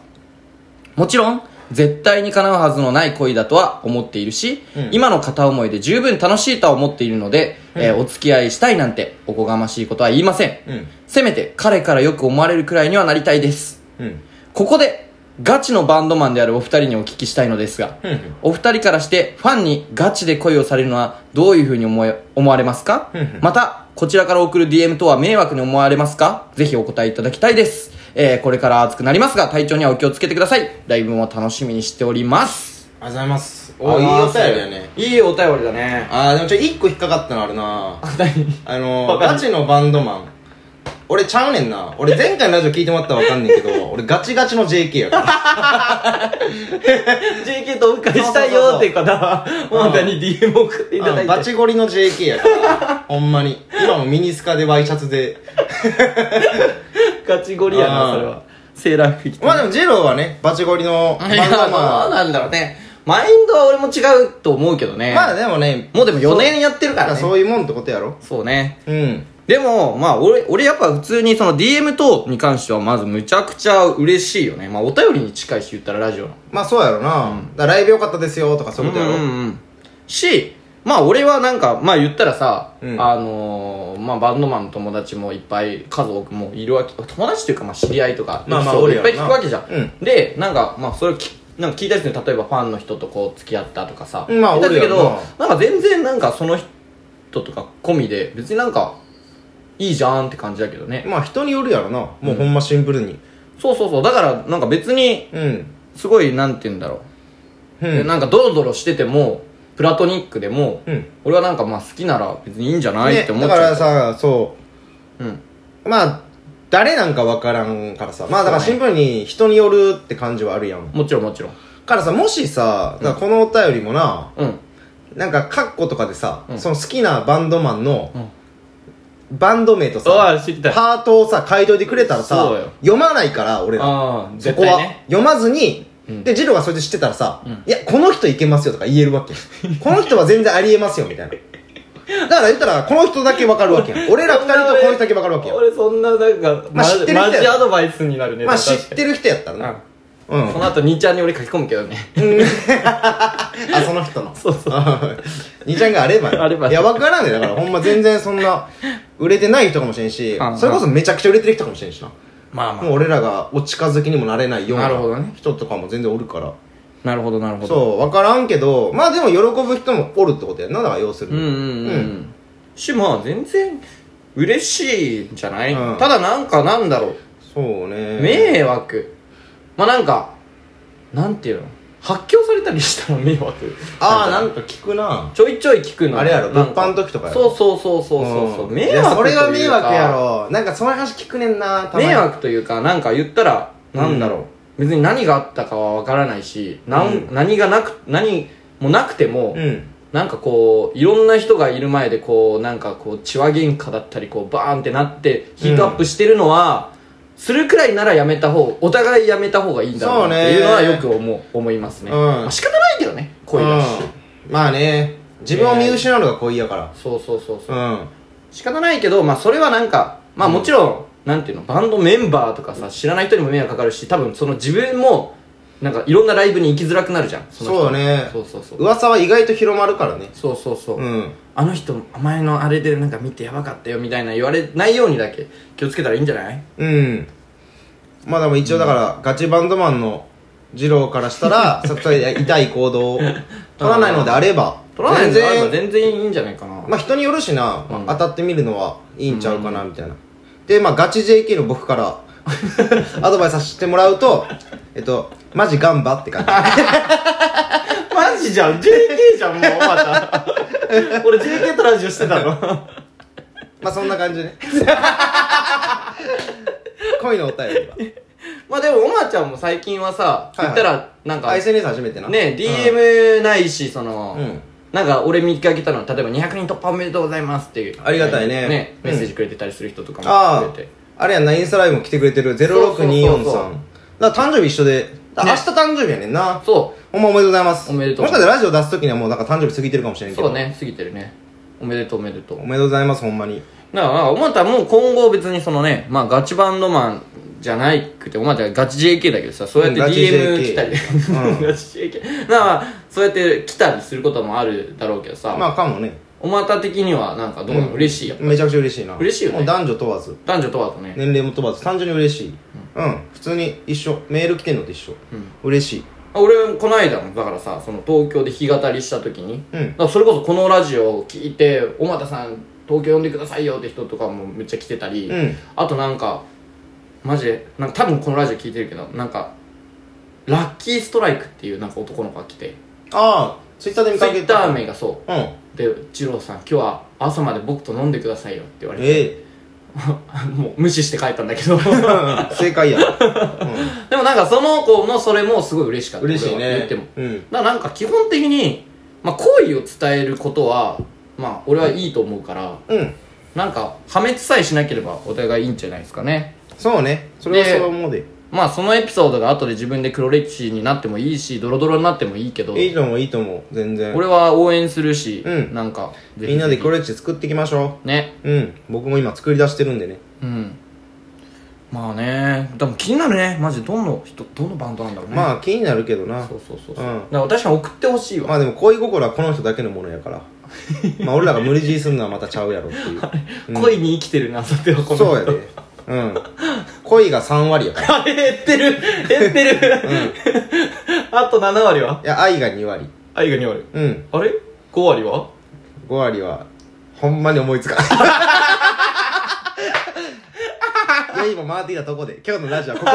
A: もちろん絶対に叶うはずのない恋だとは思っているし、
B: うん
A: 今の片思いで十分楽しいとは思っているので、えーお付き合いしたいなんておこがましいことは言いません、
B: うん
A: せめて彼からよく思われるくらいにはなりたいです
B: うん
A: ここでガチのバンドマンであるお二人にお聞きしたいのですが、
B: うんうん
A: お二人からしてファンにガチで恋をされるのはどういうふうに思え思われますか
B: うんうん
A: またこちらから送る DM とは迷惑に思われますかぜひお答えいただきたいです、えー、これから暑くなりますが体調にはお気をつけてくださいライブも楽しみにしております
B: ありがとうございますおいいお便りやね
A: いいお便りだね
B: あーでもちょ一個引っかかったのあるな
A: 何
B: あの
A: わ
B: ー、
A: かる
B: ガチのバンドマン俺ちゃうねんな俺前回のラジオ聞いてもらったらわかんね んけど俺ガチガチの JK やから
A: JK とお迎え
B: したいよって
A: 方は
B: もう何
A: DM 送って
B: うんバチゴリの JK やからほんまに今もミニスカでワイシャツで
A: ガチゴ
B: リやなそれは
A: セーラー服着
B: まあでもジェローはねバチゴリのバン
A: い
B: ド
A: や、どう
B: マン
A: なんだろうね。マインドは俺も違うと思うけどね。
B: まあでもね
A: もうでも4年やってる
B: だ
A: か
B: からら
A: ね。
B: そういうもんってことやろ
A: そうね。
B: うん
A: でも、まあ俺、俺やっぱ普通にその DM 等に関してはまずむちゃくちゃ嬉しいよね。まあお便りに近いし言ったらラジオの。
B: まあそうやろな、だからライブ良かったですよとかそういうことやろ、
A: うんうんうん。し、まあ俺はなんか、まあ言ったらさ、
B: うん
A: あのー、まあバンドマンの友達もいっぱい数多くもういるわけ、友達というかまあ知り合いとか、
B: まあまあ
A: エピソード
B: おる
A: い
B: や
A: っ
B: ろ
A: ぱ聞
B: ない
A: くわけじゃん。
B: うん
A: で、なんかまあそれをきなんか聞いた人に例えばファンの人とこう付き合ったとかさ、
B: まあ
A: 聞いたけ
B: おるや
A: ど、なんか全然なんかその人とか込みで、別になんか、いいじゃんって感じだけどね。
B: まあ人によるやろなもうほんまシンプルに
A: そうそうそう。だから、なんか別に、
B: うん
A: すごい、なんて言うんだろ
B: う
A: う。
B: ん
A: なんかドロドロしてても、プラトニックでも、
B: うん、
A: 俺はなんかまあ好きなら別にいいんじゃない、
B: ね
A: って思っち
B: だ
A: ゃ
B: から
A: う
B: さそ
A: うん
B: うまあ誰なんか分からんからさまあだから
A: そうね
B: シンプルに人によるって感じはあるやん
A: もちろんもちろん
B: からさもしさだからこのお便りもな、
A: うん
B: なんかカッコとかでさ、
A: うん
B: その好きなバンドマンの、
A: うん
B: バンド名と
A: あ
B: さ
A: あ知りたい
B: パートをさ書いといてくれたらさ
A: そうよ
B: 読まないから俺ら
A: ああ
B: そ
A: 絶
B: こ
A: 対
B: は、
A: ね
B: 読まずに、
A: うん
B: で、ジローがそれで知ってたらさ、
A: ん
B: いや、この人いけますよとか言えるわけよこの人は全然ありえますよ、みたいな。だから言ったら、この人だけわかるわ けよ俺ら二人とこの人だけわかるわけよ
A: 俺そんななんか
B: まあ知ってる人や
A: マジアドバイスになるね
B: まあ知って
A: る
B: る人やったらな。う
A: そ
B: ん。
A: の後兄ちゃんに俺書き込むけどね
B: あ、その人の。
A: そうそう
B: あ 兄ちゃんがあればよ
A: あればよ
B: いや、わからんねだから、ほんま全然そんな、売れてない人かもしれんし
A: うん、
B: それこそめちゃくちゃ売れてる人かもしれんしな。
A: まあま
B: もう俺らがお近づきにもなれないよう
A: なるほどね
B: な人とかも全然おるから。
A: あなるほどなるほど
B: そう、わからんけど、まあでも喜ぶ人もおるってことやんな、だから要する
A: うん
B: に。
A: うんうんしまあ全然嬉しいんじゃない
B: うん
A: ただなんかなんだろう
B: そうね。
A: 迷惑まあなんかなんていうの発狂されたりしたの迷惑
B: ああ、
A: な
B: なんん
A: か
B: か聞くな。
A: ちょいちょい聞くの
B: あれやろ
A: なん
B: 物販の時とかやろ
A: そうそうそうそうそうそう、
B: ん
A: 迷
B: いや
A: 惑
B: それが迷惑や
A: ろ
B: ろ。なんかその話聞くねんな、たまに。
A: 迷惑というかなんか言ったらなんだろう、別に何があったかは分からないし、なん
B: うん
A: 何がなく何もなくても、
B: うん。
A: なんかこういろんな人がいる前でこうなんかこう血は喧嘩だったりこうバーンってなってヒートアップしてるのは、するくらいならやめた方お互いやめた方がいいんだろうなっていうのは
B: そうね
A: よく思う思いますね、
B: うん
A: まあ、仕方ないけどね恋だし、
B: うんまあね、自分を見失うのが恋やから。
A: そうそうそうそう
B: うん。
A: 仕方ないけど、まあ、それはなんか、まあ、もちろん、なんていうのバンドメンバーとかさ知らない人にも迷惑かかるし多分その自分もなんかいろんなライブに行きづらくなるじゃんその人
B: そうね
A: そうそうそう
B: 噂は意外と広まるからね。
A: そうそうそう、
B: うん。
A: あの人前のあれでなんか見てやばかったよみたいな言われないようにだけ気をつけたらいいんじゃない
B: うん。まあでも一応だから、ガチバンドマンの二郎からした ら、さっき痛い行動を取らないのであれば、
A: 取らないのがあれば全然いいんじゃないかな、
B: まあ人によるしな、まあ
A: うん
B: 当たってみるのはいいんちゃうかなみたいな、でまあガチ JK の僕から アドバイスさせてもらうとえっとマジガンバって感じ
A: マジじゃん JK じゃんもうまた 俺 JK とラジオしてたの
B: まあそんな感じね恋のお便りは
A: まあでもおまちゃんも最近はさ、
B: はいはい
A: 言ったらなんか
B: あ SNS 初めてな
A: ね
B: うん
A: DM ないし、その、
B: うん
A: なんか俺見かけたのは例えば200人突破おめでとうございますっていう
B: ありがたいねうん
A: メッセージくれてたりする人とか
B: あ
A: もくれて
B: ああれやんなインスタライブも来てくれてる
A: そうそう
B: 06243
A: そうそう
B: だから誕生日一緒で、だから
A: ね
B: 明日誕生日やねんな
A: そ
B: ほんまおめでとうございます
A: おめでとう
B: もしかしたらラジオ出す時にはもうなんか誕生日過ぎてるかもしれ
A: うん
B: けど
A: そうね過ぎてるねおめでとうおめでとう
B: お
A: だか
B: めでとうございますほんまに
A: らまあおまたもう今後別にそのねまあガチバンドマンじゃないくておまたガチ JK だけどさそうやって
B: うんガチ
A: DM
B: JK
A: 来たり、
B: うん
A: ガチ JK まあまあそうやって来たりすることもあるだろうけどさ、
B: まあかもね
A: おまた的にはなんかどうなの、
B: うん
A: 嬉しいよ
B: めちゃくちゃ嬉しいな
A: 嬉しいよね
B: もう男女問わず
A: 男女問わずね
B: 年齢も問わず単純に嬉しいうん、普通に一緒メール来てんのと一緒、嬉しい
A: 俺この間もだからさその東京で弾き語りした時に、
B: うん
A: だからそれこそこのラジオを聞いて「小俣さん東京呼んでくださいよ」って人とかもめっちゃ来てたり、
B: うん
A: あとなんかマジでなんか多分このラジオ聞いてるけどなんかラッキーストライクっていうなんか男の子が来て
B: ああツイッターで見
A: ツイ
B: かけ
A: ッター
B: た
A: 名がそ
B: うん
A: うで「二郎さん今日は朝まで僕と飲んでくださいよ」って言われて、
B: え
A: もう無視して帰ったんだけど
B: え正解や、
A: でもなんかその子のそれもすごい嬉しかっ
B: うん、
A: た
B: 嬉しい
A: 俺は
B: ね
A: 言っても
B: うん
A: だからなんか基本的に、まあ、好意を伝えることは、まあ、俺はいいと思うから
B: うん
A: なんか破滅さえしなければお互いいいんじゃないですかね
B: そうねそれは
A: で
B: そう思うで
A: まあそのエピソードが後で自分で黒歴史になってもいいしドロドロになってもいいけど
B: いいと思ういいと思う全然
A: 俺は応援するし、
B: うん
A: なんかぜひぜひ
B: みんなでコレッジ作っていきましょ
A: ね
B: ううん僕も今作り出してるんでね
A: うんまあねでも気になるねマジでどの人どのバンドなんだろうね
B: まあ気になるけどな
A: そうそうそうそう、
B: うん
A: だから確かに送ってほしいわ、
B: まあでも恋心はこの人だけのものや からまあ俺らが無理強いすんのはまたちゃうやろっていううん
A: 恋に生きてるなさてはこの人
B: そうやで。うん。恋が3割やか ら。
A: あれ減ってる減ってる、 あと7割はい
B: や、愛が2割。
A: 愛が2割
B: うん。
A: あれ ?5 割 は
B: 5割は、ほんまに思いつ かん。いや、今回ってきたとこで、今日のラジオはここ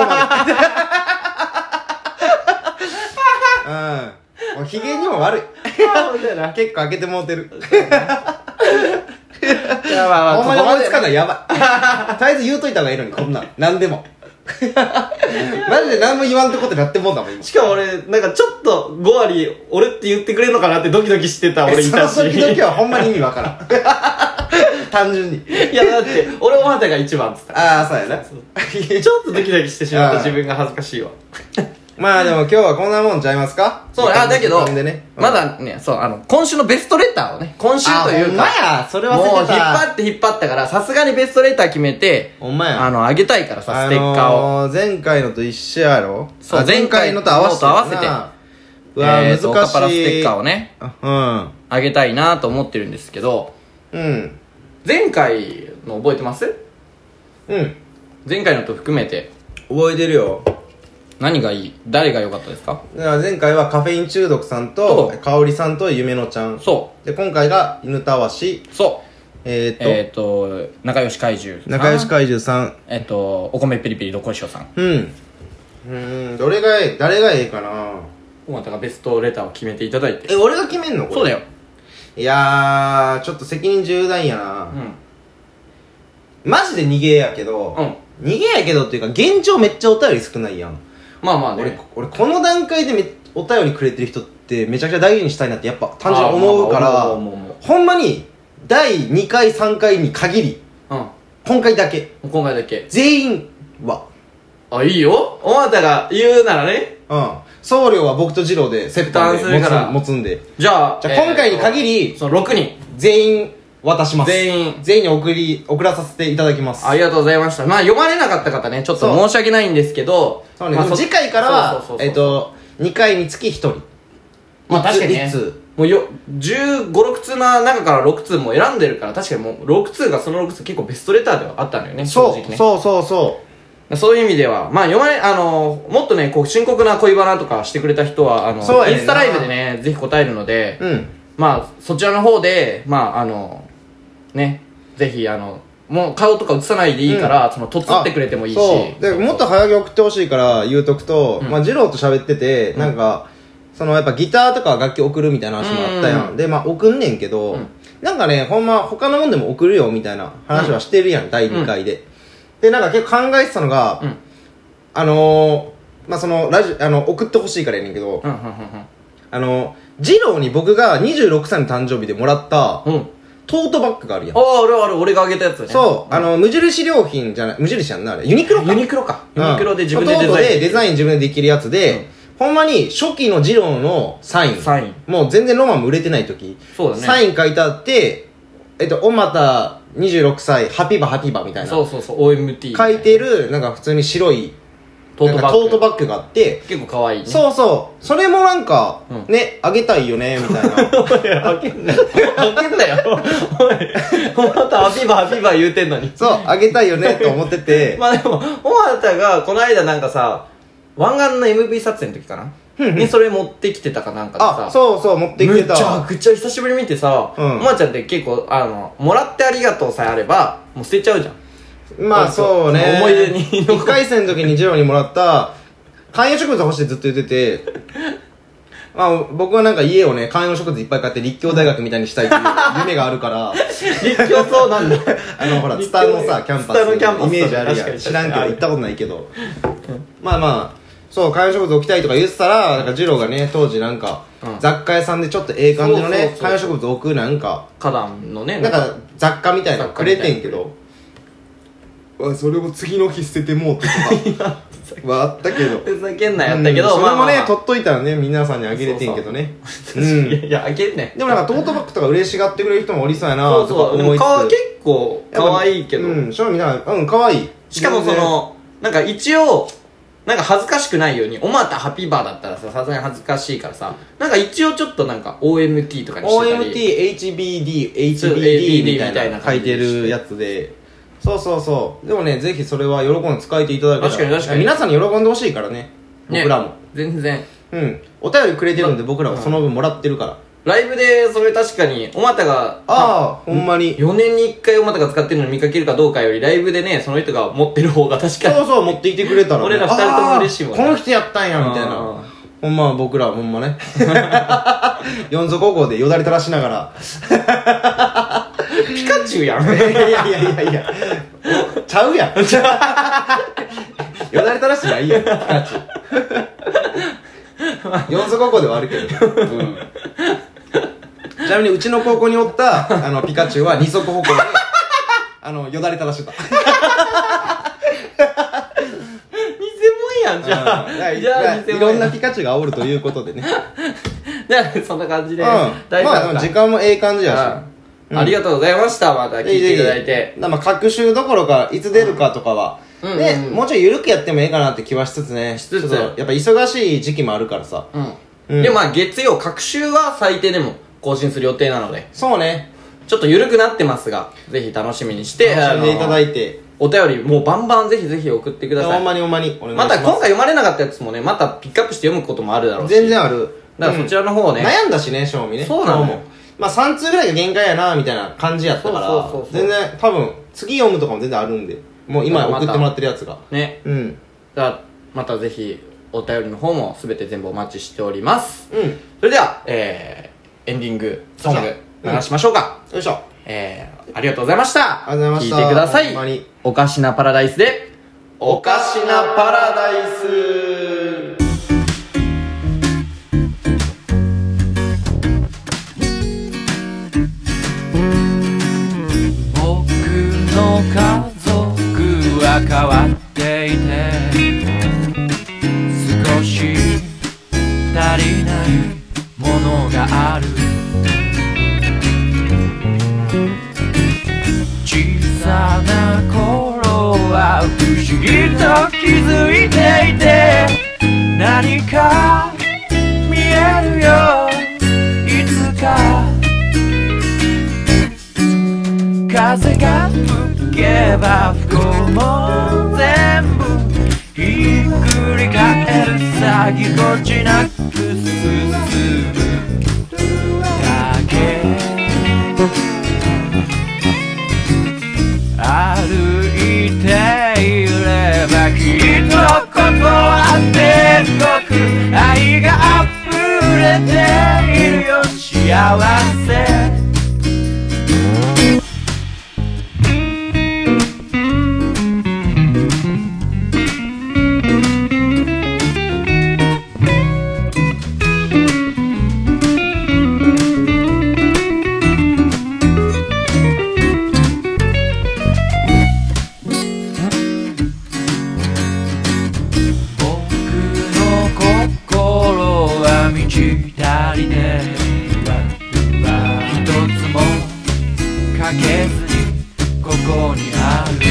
B: まで。うん。もう機嫌にも悪い。
A: ああみたいな
B: 結構開けてもうてる。
A: いやまあまあ
B: ほんまに
A: ここま
B: 思い
A: で
B: つかんのは やばい。とりあえず言うといた方がいいのに、こんなん。なんでも。マジで何も言わんとこってなってもうたもん、今。
A: しかも俺なんかちょっと5割 俺って言ってくれるのかなってドキドキしてた俺いたし
B: その時々はほんまに意味わからん。単純に
A: いや、だって、俺おまたが一番っつった。
B: ああそうやな
A: ちょっとドキドキしてしまった自分が恥ずかしいわ。
B: まあでも今日はこんなもんちゃいますか
A: そう、あ、だけど、
B: 時間でね
A: まだね、そう、あの、今週のベストレターをね、今週というか、
B: あほんまやそれ忘れて
A: も
B: た
A: う引っ張って引っ張ったから、さすがにベストレター決めて、
B: ほんまや
A: あの、あげたいからさ、ステッカーを。
B: あのー前回のと一緒やろ
A: そう
B: あ前回のと合わせて
A: 合わせて
B: なうわ、
A: えーと
B: 難しい
A: オカパラステッカーをね、
B: あ
A: あげたいなと思ってるんですけど、
B: うんうん
A: 前回の覚えてます
B: うん
A: 前回のと含めて、
B: 覚えてるよ
A: 何がいい誰が良かったですか
B: だから前回はカフェイン中毒さん
A: そ
B: と
A: う
B: 香織さんと夢のちゃん
A: そ
B: で今回が犬たわし
A: う、そう。
B: えー、っと、
A: えっ、と、仲良し怪獣。
B: 仲良し怪獣さん
A: えっ、と、お米ピリピリどこいしょさん。
B: うんうーんどれがええ誰がええかな
A: おまたがベストレターを決めていただいて。
B: え俺が決めんのこれ
A: そうだよ。
B: いやーちょっと責任重大やな、
A: うん。
B: マジで逃げやけど、
A: う
B: 逃げやけどっていうか現状めっちゃお便り少ないやん、
A: まあまあね。
B: 俺俺この段階でめお便りくれてる人ってめちゃくちゃ大事にしたいなってやっぱ単純に思うか
A: あーまあまあ
B: ら
A: 思う思う思う
B: ほんまに第2回3回に限り
A: う
B: 今回だけ
A: ん。今回だけ。
B: 全員は
A: あ、いいよ。おまたが言うならね。
B: うん送料は僕と二郎で折半で
A: 負担するから
B: 持つん持つんで
A: じゃあ、
B: じゃあ今回に限り
A: その6人。
B: 全員渡します
A: 全員
B: 全員に送り送らさせていただきます
A: ありがとうございました。まあ読まれなかった方ね、ちょっと
B: そう
A: 申し訳ないんですけど。
B: そうね、
A: まあ
B: でも次回からは
A: そうそうそうそう
B: えっ、、と2回につき1人
A: まあ
B: 一
A: 確
B: 通
A: かにね
B: 一通
A: もうよ、15、6通の中から6通も選んでるから、確かにもう6通がその6通結構ベストレターではあったのよね、
B: そ
A: 正直
B: う
A: ね。
B: そうそうそう
A: そういう意味では、まあ、読まれ、あの、もっとね、こう、深刻な恋バナとかしてくれた人は、あの、
B: そうやねん
A: インスタライブでね、ぜひ答えるので、
B: うん
A: まあ、そちらの方で、まあ、あの、ね、ぜひ、あの、もう顔とか映さないでいいから、その、とつってくれてもいいし。
B: そうでもっと早く送ってほしいから言うとくと、まあ、二郎と喋ってて、なんかそのやっぱギターとか楽器送るみたいな話もあったやん、でまあ送んねんけど、なんかねほんま他のもんでも送るよみたいな話はしてるやん、第2回で、でなんか結構考えてたのが、
A: うん
B: あのー、まあそのラジあの送ってほしいからやねんけど、
A: うん、うん、う
B: あの二郎に僕が26歳の誕生日でもらっ
A: ん、
B: た
A: うん。うん。
B: トートバッグがあるやん
A: ああ、あれあれ、俺があげたやつね。
B: そう、あの無印良品じゃない無印やんなあれユニクロか
A: ユニクロか。ユニクロで自分で
B: うん
A: デ
B: 弟
A: ザイン。
B: でデザイン自分でできるやつで、ほんまに初期のジローのサイン
A: サイン
B: もう全然ロマンも売れてない時
A: そうだね
B: サイン書いてあってえっと「おまた26歳ハピバハピバ」みたい
A: そ
B: な
A: うそうそう、OMT。
B: 書いてるなんか普通に白い
A: トート
B: なん
A: バ
B: か
A: ッグ。
B: トートバッグがあって、
A: 結構可愛いね。う。
B: そうそうそれもなんか、
A: うん
B: ねあげたいよねみたいな
A: 開けんなよ。開けんなよ。おい、おまた、ハピバハピバ言うてんのに。
B: そうあげたいよねと思ってて、
A: まあでも、おまたが、この間なんかさ、湾岸の MV 撮影の時かなにそれ持ってきてたかなんかでさ。
B: あそうそう持ってき
A: め
B: て
A: ちゃ
B: た
A: くちゃ久しぶりに見てさ、
B: うん
A: おまちゃんって結構、あの、もらってありがとうさえあれば、もう捨てちゃうじゃん。
B: まあそうね
A: 思い出に残る
B: 1回戦の時にジローにもらった観葉植物欲しいってずっと言っててまあ僕はなんか家をね観葉植物いっぱい買って立教大学みたいにしたいって いう夢があるから
A: 立教そうなんだ。
B: あのほらツタのさキャンパス
A: ツタのキャンパス
B: イメージある
A: 確か
B: やん
A: に
B: 知らんけど
A: ある
B: 行ったことないけどまあまあそう観葉植物置きたいとか言ってたらなんかジローがね当時なんか、
A: うん
B: 雑貨屋さんでちょっとええ感じの
A: そ
B: ね
A: うそうそう
B: 観葉植物置くなんか
A: 花壇のね、
B: なんか雑貨みたいなの
A: 雑貨
B: く
A: みた
B: れ
A: いな
B: てんけどわそれを次の日捨ててもうってとかはあったけど
A: ふざけんなやったけど、
B: うんそ
A: ま
B: れ
A: あま
B: も
A: あま
B: ね
A: あ
B: 取っといたらね皆さんにあげれてんけど ねう
A: いや
B: ん
A: いや、開けんね。
B: でもなんかトートバッグとか嬉しがってくれる人もおりそうやな
A: そう
B: とか
A: そう、で
B: 思
A: も
B: いつ
A: 顔
B: つ
A: 結構可愛いけど、
B: うん正味なうん可愛い
A: しかもその、なんか一応、なんか恥ずかしくないように、おまたハピバーだったらさ、さすがに恥ずかしいからさ、なんか一応ちょっとなんか OMT とかにしてたり。そう
B: OMTHBDHBD
A: HBD
B: みたい
A: み
B: な書
A: たいない
B: てるやつでそうそうそうでもねぜひそれは喜んで使えていただけたら
A: 確かに確かに
B: 皆さんに喜んでほしいからね
A: ね
B: 僕らも
A: 全然。
B: うんお便りくれてるんで僕らはその分もらってるから
A: ライブで、それ確かに、おまたが、
B: ああほんまに
A: 4年に1回おまたが使ってるの見かけるかどうかより、ライブでね、その人が持ってる方が確かに。
B: そうそう持ってきてくれたらね
A: 俺ら二人とも嬉しいもんね
B: あーこの人やったんやみたい
A: うん
B: なほんま僕らはほんま ね四足高校でよだれ垂らしながら
A: ピカチュ ウやん。
B: いやいやいやいやちゃう やんよだれ垂らしてないやんピカチュウ四足高校ではあるけど、うんちなみにうちの高校におったあのピカチュウは二足歩行であの、よだれ垂らしてた。
A: 偽物やん、 じゃ
B: うん
A: あ。
B: い
A: じゃあ、
B: や
A: 偽
B: い
A: 物
B: ろ
A: や
B: ん
A: ん
B: な。ピカチュウが煽るということでね。
A: じゃあ、そんな 感じ
B: うん。
A: で、
B: ま
A: 第
B: あ、で
A: 3
B: も時
A: 回。
B: 間もええ感じや
A: うんありがとうございました、また聞
B: し。
A: いていただいて。
B: まあ、各週どころか、いつ出るかとかは。
A: うん
B: ね
A: うんうん
B: もうちょい緩くやってもええかなって気はしつつね。
A: しつつ
B: ちょっとやっぱ忙しい時期もあるからさ。
A: う。
B: うんん
A: で、まあ、月曜、各週は最低でも更新する予定なので、
B: そうね。
A: ちょっと緩くなってますが、ぜひ楽しみにして、
B: 楽しんでいただ
A: あの
B: いて。
A: お便り、もうバンバンぜひぜひ送ってくだ
B: ほ
A: さ
B: ん
A: い。
B: まにほんまに。お願いし
A: ま
B: ます
A: た今回読まれなかったやつもね、またピックアップして読むこともあるだろうし。
B: 全然ある。
A: だからそちらの方をね、
B: 悩んだしね、賞味ね。
A: そうなのよ
B: 今日もまあ3通ぐらいが限界やな、みたいな感じやったから、
A: そうそうそうそう
B: 全然、多分、次読むとかも全然あるんで、もう今送ってもらってるやつが。
A: ね、
B: うん。
A: じゃあまたぜひお便りの方も全て全部お待ちしております
B: うん。よ
A: それでは、えー、エンディングソング
B: うん
A: 流しましょうか、
B: いしょ。
A: えー、ありがとうございました
B: ありがとうございました
A: 聞いてくださ
B: ほんま
A: い
B: に
A: おかしなパラダイスでおかしなパラダイ
B: イス
C: 僕の家族は変わっていて少し足りないものがある小さな頃は不思議と気づいていて何か見えるよいつか風が吹けば不幸も全部ひっくり返るさぎこちなく進むだけ歩いていればきっとここは天国愛が溢れているよ幸せ僕の心は満ち足りねえわ一つもかけずにここにある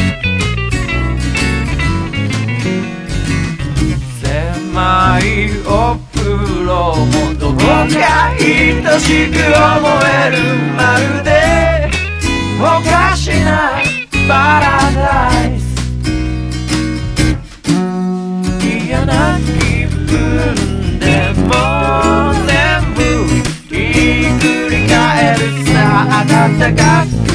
C: 狭いお風呂もどこか愛しく思えるまるでおかしなパラダイス嫌な気分でも全部ひっくり返るさ暖かく